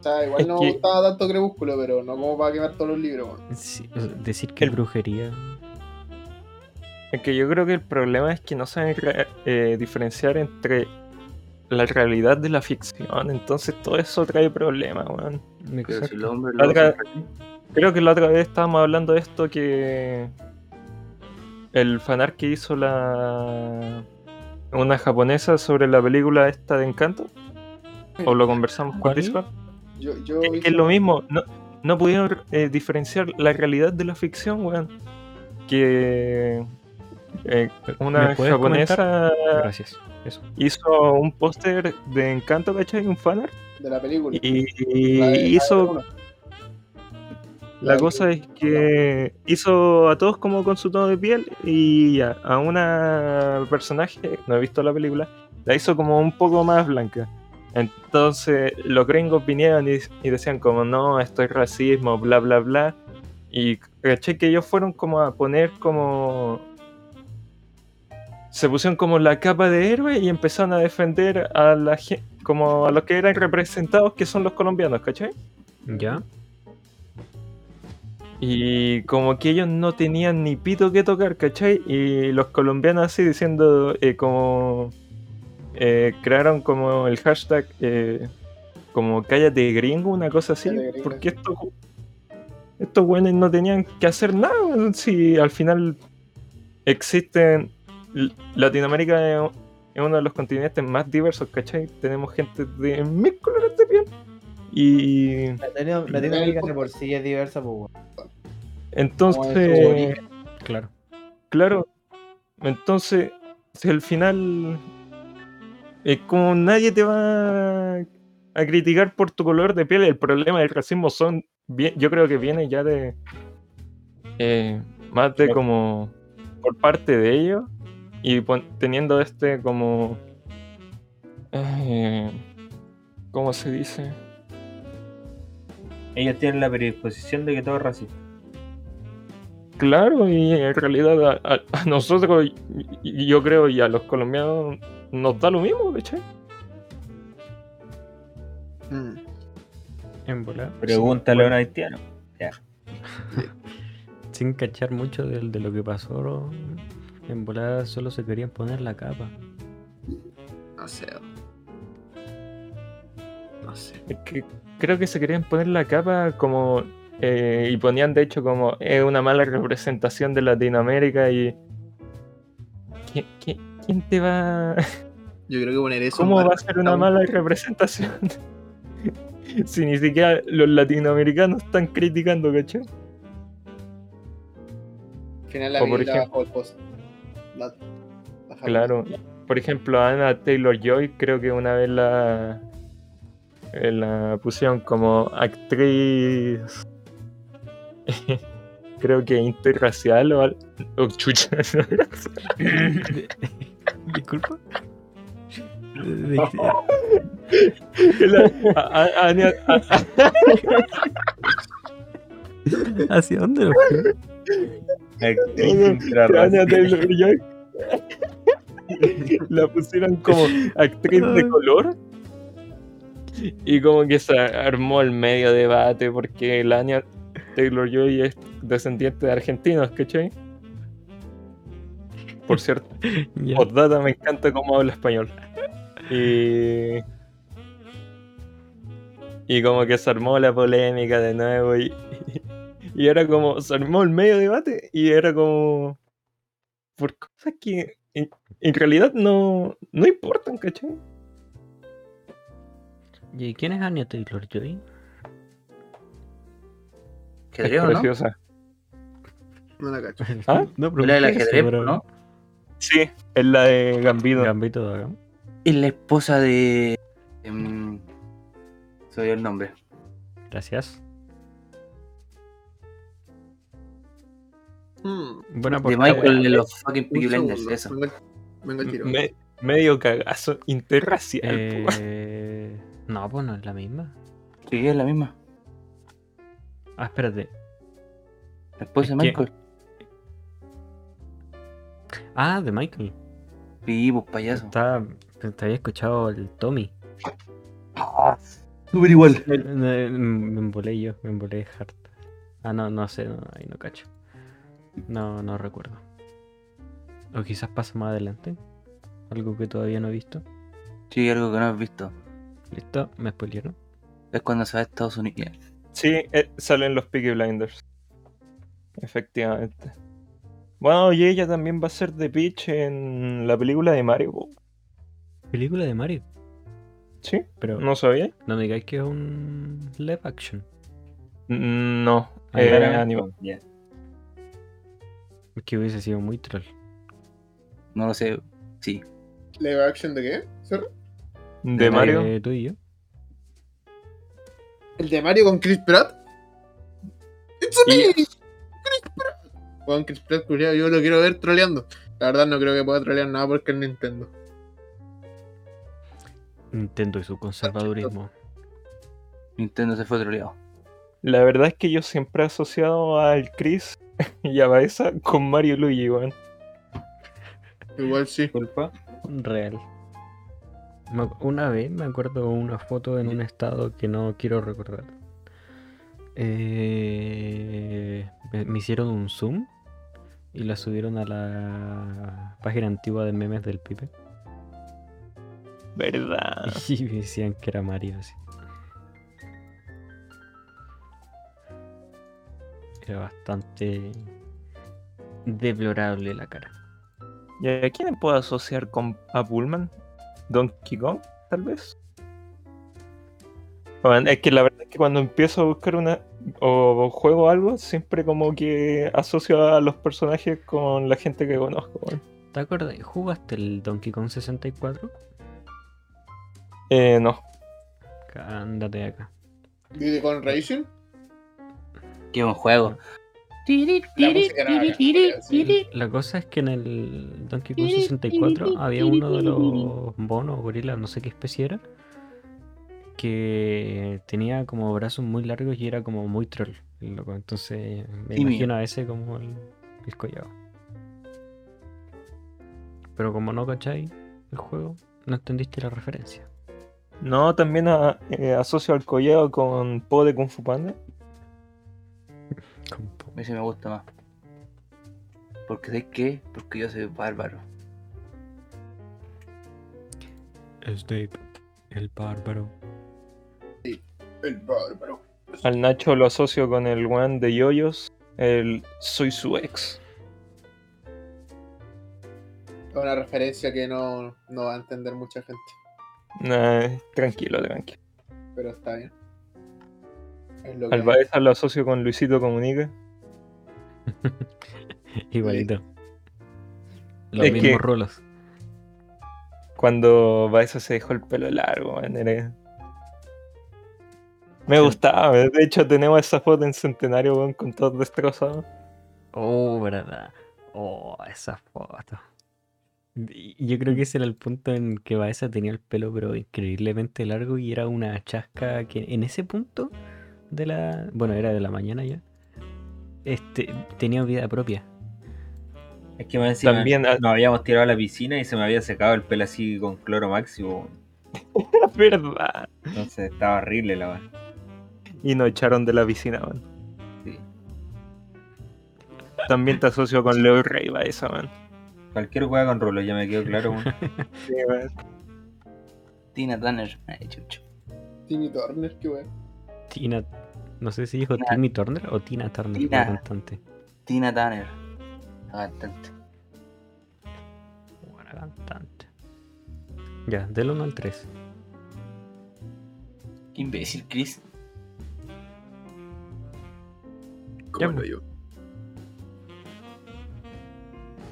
Speaker 2: O sea, igual
Speaker 1: Es
Speaker 2: no
Speaker 1: que-
Speaker 2: me gustaba tanto Crepúsculo, pero no como para quemar todos los libros, weón.
Speaker 3: Sí, o sea, decir que es
Speaker 1: El-
Speaker 3: brujería.
Speaker 1: Es que yo creo que el problema es que no saben re- eh, diferenciar entre la realidad de la ficción. Entonces todo eso trae problemas, weón.
Speaker 7: Pero si el hombre lo
Speaker 1: Valga-
Speaker 7: hace,
Speaker 1: Creo que la otra vez estábamos hablando de esto que el fanar que hizo la una japonesa sobre la película esta de Encanto. O lo conversamos por
Speaker 3: ¿Cuál?
Speaker 1: Discord.
Speaker 2: Yo, yo
Speaker 1: Es que es lo mismo, no, no pudieron eh, diferenciar la realidad de la ficción, weón. Que eh, una
Speaker 3: ¿Me puedes
Speaker 1: japonesa
Speaker 3: Gracias. Eso.
Speaker 1: hizo un póster de Encanto, ¿cachai? Un fanart.
Speaker 2: de la película.
Speaker 1: Y, y
Speaker 2: La de- la de
Speaker 1: hizo
Speaker 2: uno.
Speaker 1: La cosa es que hizo a todos como con su tono de piel y a, a una personaje, no he visto la película, la hizo como un poco más blanca. Entonces los gringos vinieron y, y decían como no, esto es racismo, bla, bla, bla. Y caché que ellos fueron como a poner como... Se pusieron como la capa de héroe y empezaron a defender a la gen- como a los que eran representados, que son los colombianos, ¿cachai?
Speaker 3: ¿Ya?
Speaker 1: Y como que ellos no tenían ni pito que tocar, ¿cachai? Y los colombianos así diciendo eh, como... eh, crearon como el hashtag eh, como cállate gringo, una cosa así.
Speaker 2: Cállate gringo,
Speaker 1: Porque estos, estos güeyes no tenían que hacer nada. weón, Si al final existen... L- Latinoamérica es- es uno de los continentes más diversos, ¿cachai? Tenemos gente de mil colores de piel. Y
Speaker 4: Latino- Latinoamérica de por sí es diversa, pues, weón.
Speaker 2: Como
Speaker 1: entonces...
Speaker 2: eso,
Speaker 3: Claro.
Speaker 1: Claro. Entonces, si al final. Es como nadie te va a criticar por tu color de piel. El problema del racismo son. bien- Yo creo que viene ya de. eh, más de como. Por parte de ellos. Y pon- teniendo este como. eh, ¿Cómo se dice?
Speaker 5: Ellos tienen la predisposición de que todo es racista.
Speaker 1: Claro, y en realidad a, a- a nosotros, y- y yo creo, y a los colombianos nos da lo mismo, ¿cachai?
Speaker 2: Mm.
Speaker 3: En volar.
Speaker 5: Pregúntale a un haitiano.
Speaker 3: Sin cachar mucho del- de, lo que pasó, bro. en volada solo se querían poner la
Speaker 7: [laughs]
Speaker 3: capa.
Speaker 6: No sé. No sé.
Speaker 1: Es que creo que se querían poner la capa como. eh, y ponían de hecho como es una mala representación de Latinoamérica y ¿Qui- qui- ¿Quién te va.?
Speaker 6: Yo creo que poner
Speaker 1: [laughs]
Speaker 6: eso.
Speaker 1: ¿Cómo
Speaker 6: en
Speaker 1: va a
Speaker 6: bar-
Speaker 1: ser una
Speaker 6: está-
Speaker 1: mala representación? [laughs] si ni siquiera los latinoamericanos están criticando, ¿cachai?
Speaker 2: Al final la
Speaker 1: O por
Speaker 2: vi la
Speaker 1: ejemplo-
Speaker 2: bajo el post. La- baja el
Speaker 1: Claro. Por ejemplo, a Anna Taylor Joy creo que una vez la, eh, la pusieron como actriz. [laughs] creo que interracial o al- o chucha. [laughs]
Speaker 3: [laughs]
Speaker 1: [laughs]
Speaker 3: Disculpa. De- de-
Speaker 1: [laughs] La- a- a- Anya- a-
Speaker 3: ¿Hacia dónde lo fue?
Speaker 5: Actriz
Speaker 1: Oye, Anya
Speaker 5: intrarracial.
Speaker 1: Taylor Joy. La pusieron como actriz de color. Y como que se armó el medio debate porque la Anya Taylor Joy es descendiente de argentinos, ¿cachai? Por cierto,
Speaker 3: Ya.
Speaker 1: Postdata me encanta cómo habla español. Y. Y como que se armó la polémica de nuevo y. [laughs] Y era como. Se armó el medio debate y era como. Por cosas que en, en realidad no, no importan, ¿cachai?
Speaker 3: ¿Y quién es Anya Taylor Joy?
Speaker 1: Es
Speaker 7: ¿Ajedreo, no?
Speaker 1: preciosa.
Speaker 6: No la
Speaker 1: [laughs]
Speaker 6: cacho.
Speaker 1: ¿Ah?
Speaker 3: [laughs] No, pero
Speaker 7: La del
Speaker 3: ¿qué es eso,
Speaker 7: ajedrez,
Speaker 3: bro?
Speaker 7: ¿no?
Speaker 1: Sí, es la de Gambino.
Speaker 3: Gambito de Dama.
Speaker 7: Es la esposa de. em, se me dio el nombre.
Speaker 3: Gracias.
Speaker 6: Hmm,
Speaker 1: Ah,
Speaker 3: Buena
Speaker 7: De
Speaker 3: aportada.
Speaker 7: Michael de los fucking Peaky
Speaker 6: un
Speaker 7: Blinders,
Speaker 6: segundo.
Speaker 7: eso.
Speaker 6: Venga, venga el tiro.
Speaker 1: Me- medio cagazo interracial. po.
Speaker 3: Eh, No, pues no es la misma.
Speaker 7: Sí, es la misma.
Speaker 3: Ah, espérate.
Speaker 7: La esposa de
Speaker 3: Es que-
Speaker 7: Michael.
Speaker 3: Ah, de Michael.
Speaker 7: Sí, pues payaso.
Speaker 3: Está, te había escuchado el Tommy.
Speaker 7: Ah, Súper igual.
Speaker 3: Eh, Me embolé yo, me embolé hard. Ah, no, no sé, no, ahí no cacho. No, no recuerdo. O quizás pasa más adelante. Algo que todavía no he visto.
Speaker 7: Sí, algo que no has visto.
Speaker 3: Listo, me spoilearon.
Speaker 7: Es cuando se va a Estados Unidos.
Speaker 1: Sí, eh, salen los Peaky Blinders. Efectivamente. Bueno, y ella también va a ser de Peach en la película de Mario. po.
Speaker 3: Película de Mario.
Speaker 1: ¿Sí?
Speaker 3: Pero no,
Speaker 1: ¿No sabía?
Speaker 3: me digáis que es un live action.
Speaker 1: Mm, No.
Speaker 3: Ah,
Speaker 1: eh,
Speaker 5: Claramente,
Speaker 1: anime.
Speaker 5: ya.
Speaker 3: Es que hubiese sido muy troll.
Speaker 7: No lo sé. Sí.
Speaker 2: ¿Live action de qué? ¿Sorry?
Speaker 1: De Mario.
Speaker 3: Eh, tú y yo.
Speaker 2: ¿El de Mario con Chris Pratt? ¡It's a me! ¡Chris Pratt! Juan Chris Pratt, culiao, yo lo quiero ver troleando. La verdad no creo que pueda trolear nada porque es Nintendo.
Speaker 3: Nintendo y su conservadurismo.
Speaker 7: Nintendo se fue troleado.
Speaker 1: La verdad es que yo siempre he asociado al Chris [laughs] y a Baeza con Mario y Luigi, weón.
Speaker 2: Igual sí.
Speaker 5: Disculpa.
Speaker 3: Real. Me ac- Una vez me acuerdo una foto en un estado que no quiero recordar. Eh, me me hicieron un zoom y la subieron a la página antigua de memes del pipe.
Speaker 1: ¿Verdad?
Speaker 3: [laughs] Y me decían que era Mario así. Era bastante deplorable la cara.
Speaker 1: ¿Y a quién puedo asociar con a Pullman? ¿Donkey Kong, tal vez? Bueno, es que la verdad es que cuando empiezo a buscar una o juego algo, siempre como que asocio a los personajes con la gente que conozco. weón.
Speaker 3: ¿Te acuerdas? ¿Jugaste el Donkey Kong 64?
Speaker 1: Eh, no.
Speaker 3: Ándate de acá.
Speaker 2: ¿Diddy con Racing?
Speaker 7: Qué buen juego.
Speaker 2: La música era bacán, culiao, sí.
Speaker 3: La cosa es que en el Donkey Kong 64 había uno de los bonos, gorilas, no sé qué especie era, que tenía como brazos muy largos y era como muy troll. el loco. Entonces me
Speaker 7: Tímido.
Speaker 3: imagino a ese como el, el collado. Pero como no cacháis el juego, no entendiste la referencia.
Speaker 1: No, también a- eh, asocio al collado con Po de Kung Fu Panda.
Speaker 3: Compo.
Speaker 7: Ese me gusta más. Porque ¿sabes qué? Porque yo soy bárbaro.
Speaker 3: Snape, el bárbaro.
Speaker 2: El bárbaro.
Speaker 1: Al Nacho lo asocio con el one de Yoyos, el Soy su ex.
Speaker 2: Es una referencia que no, no va a entender mucha gente,
Speaker 1: Nah, tranquilo, tranquilo.
Speaker 2: pero está bien. Es lo que
Speaker 1: Al
Speaker 2: hay.
Speaker 1: Baeza lo asocio con Luisito Comunica.
Speaker 3: Igualito. Los
Speaker 1: Es
Speaker 3: mismos
Speaker 1: que-
Speaker 3: rolos.
Speaker 1: Cuando Baeza se dejó el pelo largo, man, era- Me gustaba, de hecho tenemos esa foto en Centenario, weón, con todo destrozado. [laughs]
Speaker 3: Oh, verdad. Oh, esa foto. Y- Yo creo que ese era el punto en que Baeza tenía el pelo, pero increíblemente largo y era una chasca que en ese punto de la. Bueno, era de la mañana ya. Este, tenía vida propia.
Speaker 5: Es que me encima
Speaker 1: También-
Speaker 5: nos habíamos tirado a la piscina y se me había secado el pelo así con cloro máximo.
Speaker 1: Es verdad.
Speaker 5: Entonces estaba horrible la weá.
Speaker 1: Y nos echaron de la piscina, man.
Speaker 5: Sí.
Speaker 1: También te asocio con Leo Rey Baeza, man.
Speaker 5: Cualquier weá con rolo, ya me quedó claro, weón.
Speaker 7: Tina Turner. Ay, chucho.
Speaker 2: Timmy Turner, qué weón.
Speaker 3: Tina. No sé si dijo Timmy Turner o Tina Turner, la
Speaker 7: Tina.
Speaker 3: cantante.
Speaker 7: Tina Turner. La cantante.
Speaker 3: Buena cantante. Ya, del 1 al 3.
Speaker 7: Qué imbécil, Chris.
Speaker 3: Ya,
Speaker 6: ¿Cómo lo
Speaker 3: pues.
Speaker 6: digo?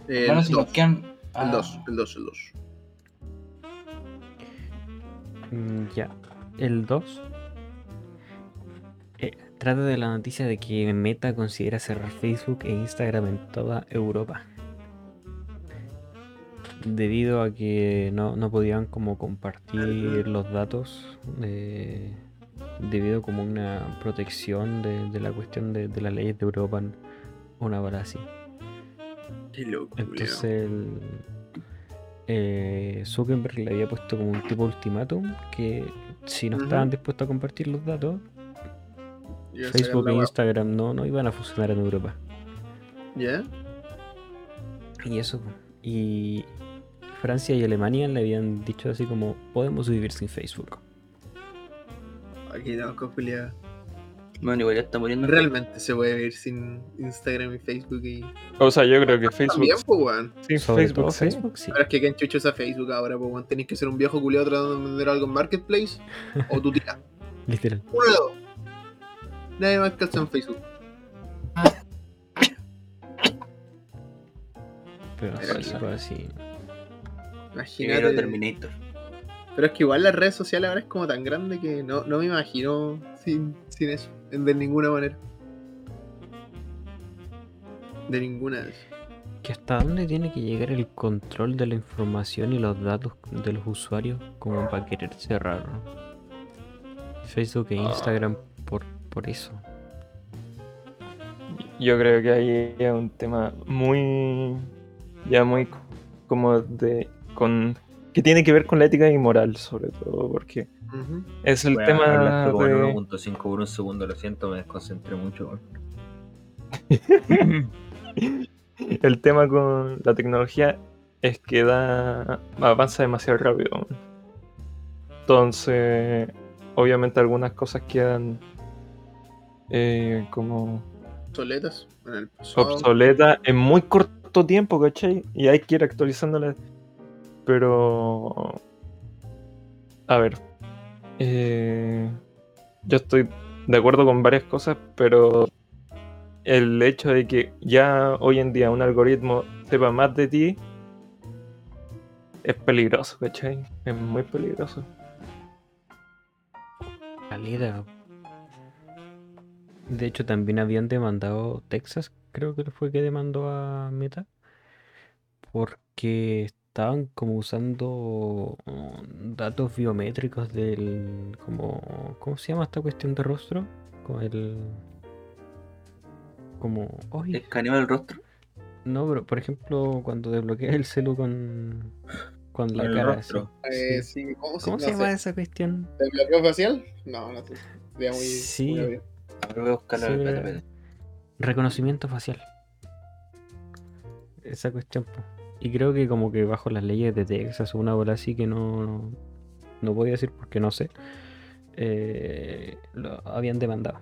Speaker 6: El
Speaker 7: Bueno,
Speaker 6: 2,
Speaker 7: si nos quedan. ah,
Speaker 6: el 2, el 2, el 2.
Speaker 3: Mm, Ya. El 2. eh, trata de la noticia de que Meta considera cerrar Facebook e Instagram en toda Europa. Debido a que no, no podían como compartir los datos. eh, debido como una protección de, de la cuestión de, de las leyes de Europa. Una bala así.
Speaker 6: Qué loco,
Speaker 3: Entonces el, eh, Zuckerberg le había puesto como un tipo de ultimátum que si no estaban
Speaker 6: Ujú.
Speaker 3: dispuestos a compartir los datos,
Speaker 6: culiao. Iba a sacar
Speaker 3: Facebook
Speaker 6: la
Speaker 3: e
Speaker 6: weá.
Speaker 3: Instagram no, no iban a funcionar en Europa.
Speaker 6: ¿Ya?
Speaker 3: Y eso. po. Y Francia y Alemania le habían dicho así como podemos vivir sin Facebook.
Speaker 6: Aquí loco, culiao.
Speaker 7: Bueno, igual ya está muriendo.
Speaker 6: Realmente se puede vivir sin Instagram y Facebook y.
Speaker 1: O sea, yo creo que Facebook.
Speaker 6: También, pues, weón.
Speaker 1: Sí,
Speaker 3: Sobre
Speaker 1: Facebook,
Speaker 3: todo
Speaker 1: sí.
Speaker 3: Facebook, sí.
Speaker 6: Ahora es que quien chucho es a Facebook ahora, pues, weón. Tenés que ser un viejo culiado tratando de vender algo en Marketplace o tu tía.
Speaker 3: Literal.
Speaker 6: Uno de dos. Nadie más calza en Facebook.
Speaker 3: Pero
Speaker 6: Pero
Speaker 3: así,
Speaker 6: claro.
Speaker 3: pues, así.
Speaker 6: Imagínate.
Speaker 7: Primero Terminator.
Speaker 6: Pero es que igual las redes sociales ahora es como tan grande que no, no me imagino sin, sin eso. De ninguna manera. De ninguna de esas.
Speaker 3: que hasta dónde tiene que llegar el control de la información y los datos de los usuarios como para querer cerrar Facebook e Instagram por, por eso.
Speaker 1: Yo creo que ahí es un tema muy. Ya muy c- como de. con que tiene que ver con la ética y moral, sobre todo, porque
Speaker 6: Ujú.
Speaker 1: es el
Speaker 5: Weá,
Speaker 1: tema.
Speaker 5: hablaste como en
Speaker 1: De...
Speaker 5: 1.5 por un segundo, lo siento, me desconcentré mucho, weón.
Speaker 1: El tema con la tecnología es que da avanza demasiado rápido. Entonces, obviamente algunas cosas quedan eh, como
Speaker 6: Obsoletas. En el pasado.
Speaker 1: obsoletas en muy corto tiempo, ¿cachai? Y hay que ir actualizándolas. Pero... A ver. eh, yo estoy de acuerdo con varias cosas, pero el hecho de que ya hoy en día un algoritmo sepa más de ti es peligroso, ¿cachai? Es muy peligroso.
Speaker 3: Caleta. De hecho, también habían demandado Texas, creo que fue que demandó a Meta, porque estaban como usando mm, datos biométricos del, como, ¿cómo se llama esta cuestión de rostro? Con el, como, oye,
Speaker 7: Escaneo el rostro.
Speaker 3: no, pero por ejemplo, cuando desbloqueas el celu con, con la
Speaker 5: Con el
Speaker 3: cara, así.
Speaker 5: rostro.
Speaker 2: Eh,
Speaker 3: Sí.
Speaker 2: sí, ¿Cómo,
Speaker 3: ¿Cómo se
Speaker 2: no
Speaker 3: llama
Speaker 2: sé.
Speaker 3: esa cuestión?
Speaker 2: ¿El bloqueo facial? No, no sé. Sería muy,
Speaker 3: Sí.
Speaker 2: muy obvio.
Speaker 7: A ver, voy a buscarlo.
Speaker 3: Sí,
Speaker 7: espérate,
Speaker 3: pero-
Speaker 7: espérate.
Speaker 3: Reconocimiento facial. Esa cuestión. po. Y creo que como que bajo las leyes de Texas, una bola así que no, no, no podía decir porque no sé, eh, lo habían demandado.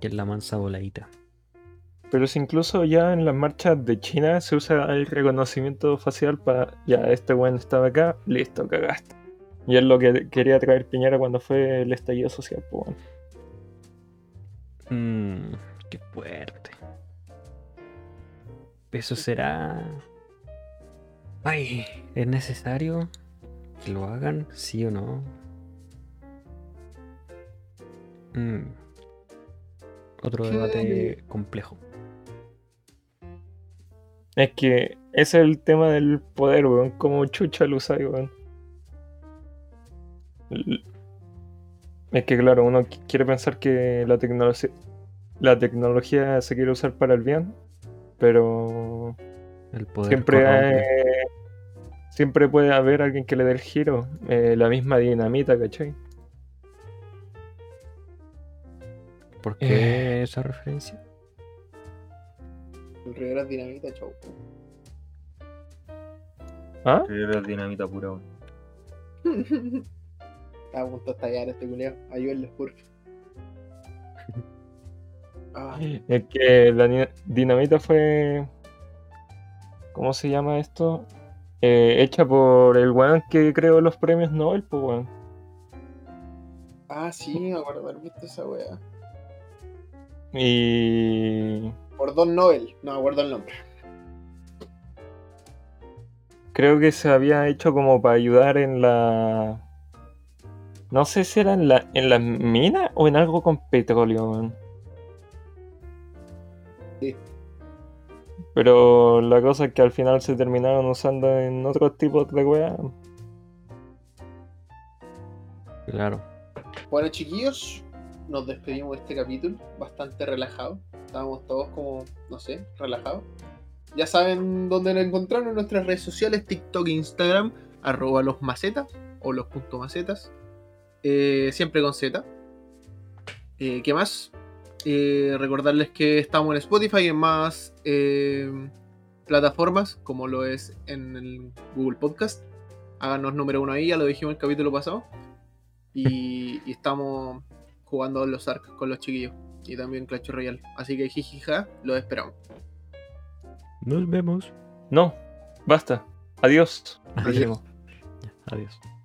Speaker 3: Que es la mansa voladita.
Speaker 1: Pero si incluso ya en las marchas de China se usa el reconocimiento facial para, ya, este weón estaba acá, listo, cagaste. Y es lo que quería traer Piñera cuando fue el estallido social, pues, weón.
Speaker 3: Mm, qué fuerte. Eso será. Ay, ¿es necesario que lo hagan? ¿Sí o no? Mm. Otro
Speaker 2: ¿Qué?
Speaker 3: debate complejo.
Speaker 1: Es que ese es el tema del poder, weón. Como chucha lo usáis, weón. L- Es que, claro, uno qui- quiere pensar que la, tecnología la tecnología se quiere usar para el bien, pero
Speaker 3: El poder
Speaker 1: siempre,
Speaker 3: corrompe.
Speaker 1: eh, siempre puede haber alguien que le dé el giro. eh, la misma dinamita, ¿cachai?
Speaker 3: ¿Por qué esa referencia?
Speaker 2: El Rivera es dinamita,
Speaker 3: [laughs]
Speaker 2: chau.
Speaker 1: ¿Ah?
Speaker 5: Era dinamita pura, weón.
Speaker 2: Estaba a punto de estallar este culeo. Ayúdenlo, por favor. Ah,
Speaker 1: Es que la ni- dinamita fue. ¿Cómo se llama esto? Eh, hecha por el weón que creó los premios Nobel, pues weón.
Speaker 2: ah, sí, me acuerdo de haber visto esa weá.
Speaker 1: Y.
Speaker 2: Por Don Nobel, no me acuerdo el nombre.
Speaker 1: Creo que se había hecho como para ayudar en la. No sé si era en la, en las minas o en algo con petróleo, weón.
Speaker 2: Sí.
Speaker 1: Pero la cosa es que al final se terminaron usando en otros tipos de weas.
Speaker 3: Claro.
Speaker 2: Bueno, chiquillos, nos despedimos de este capítulo bastante relajado. Estábamos todos como, no sé, relajados. Ya saben dónde lo encontraron en nuestras redes sociales, TikTok, Instagram, arroba los macetas o los punto macetas. eh, siempre con Z. Eh, ¿Qué más? Eh, recordarles que estamos en Spotify y en más eh, plataformas, como lo es en el Google Podcast. Háganos número uno ahí, ya lo dijimos en el capítulo pasado y, y estamos jugando los arcos con los chiquillos y también Clash Royale. Así que jijija, los esperamos.
Speaker 3: Nos vemos.
Speaker 1: No, basta. Adiós.
Speaker 3: Adiós. [laughs] Ya, adiós.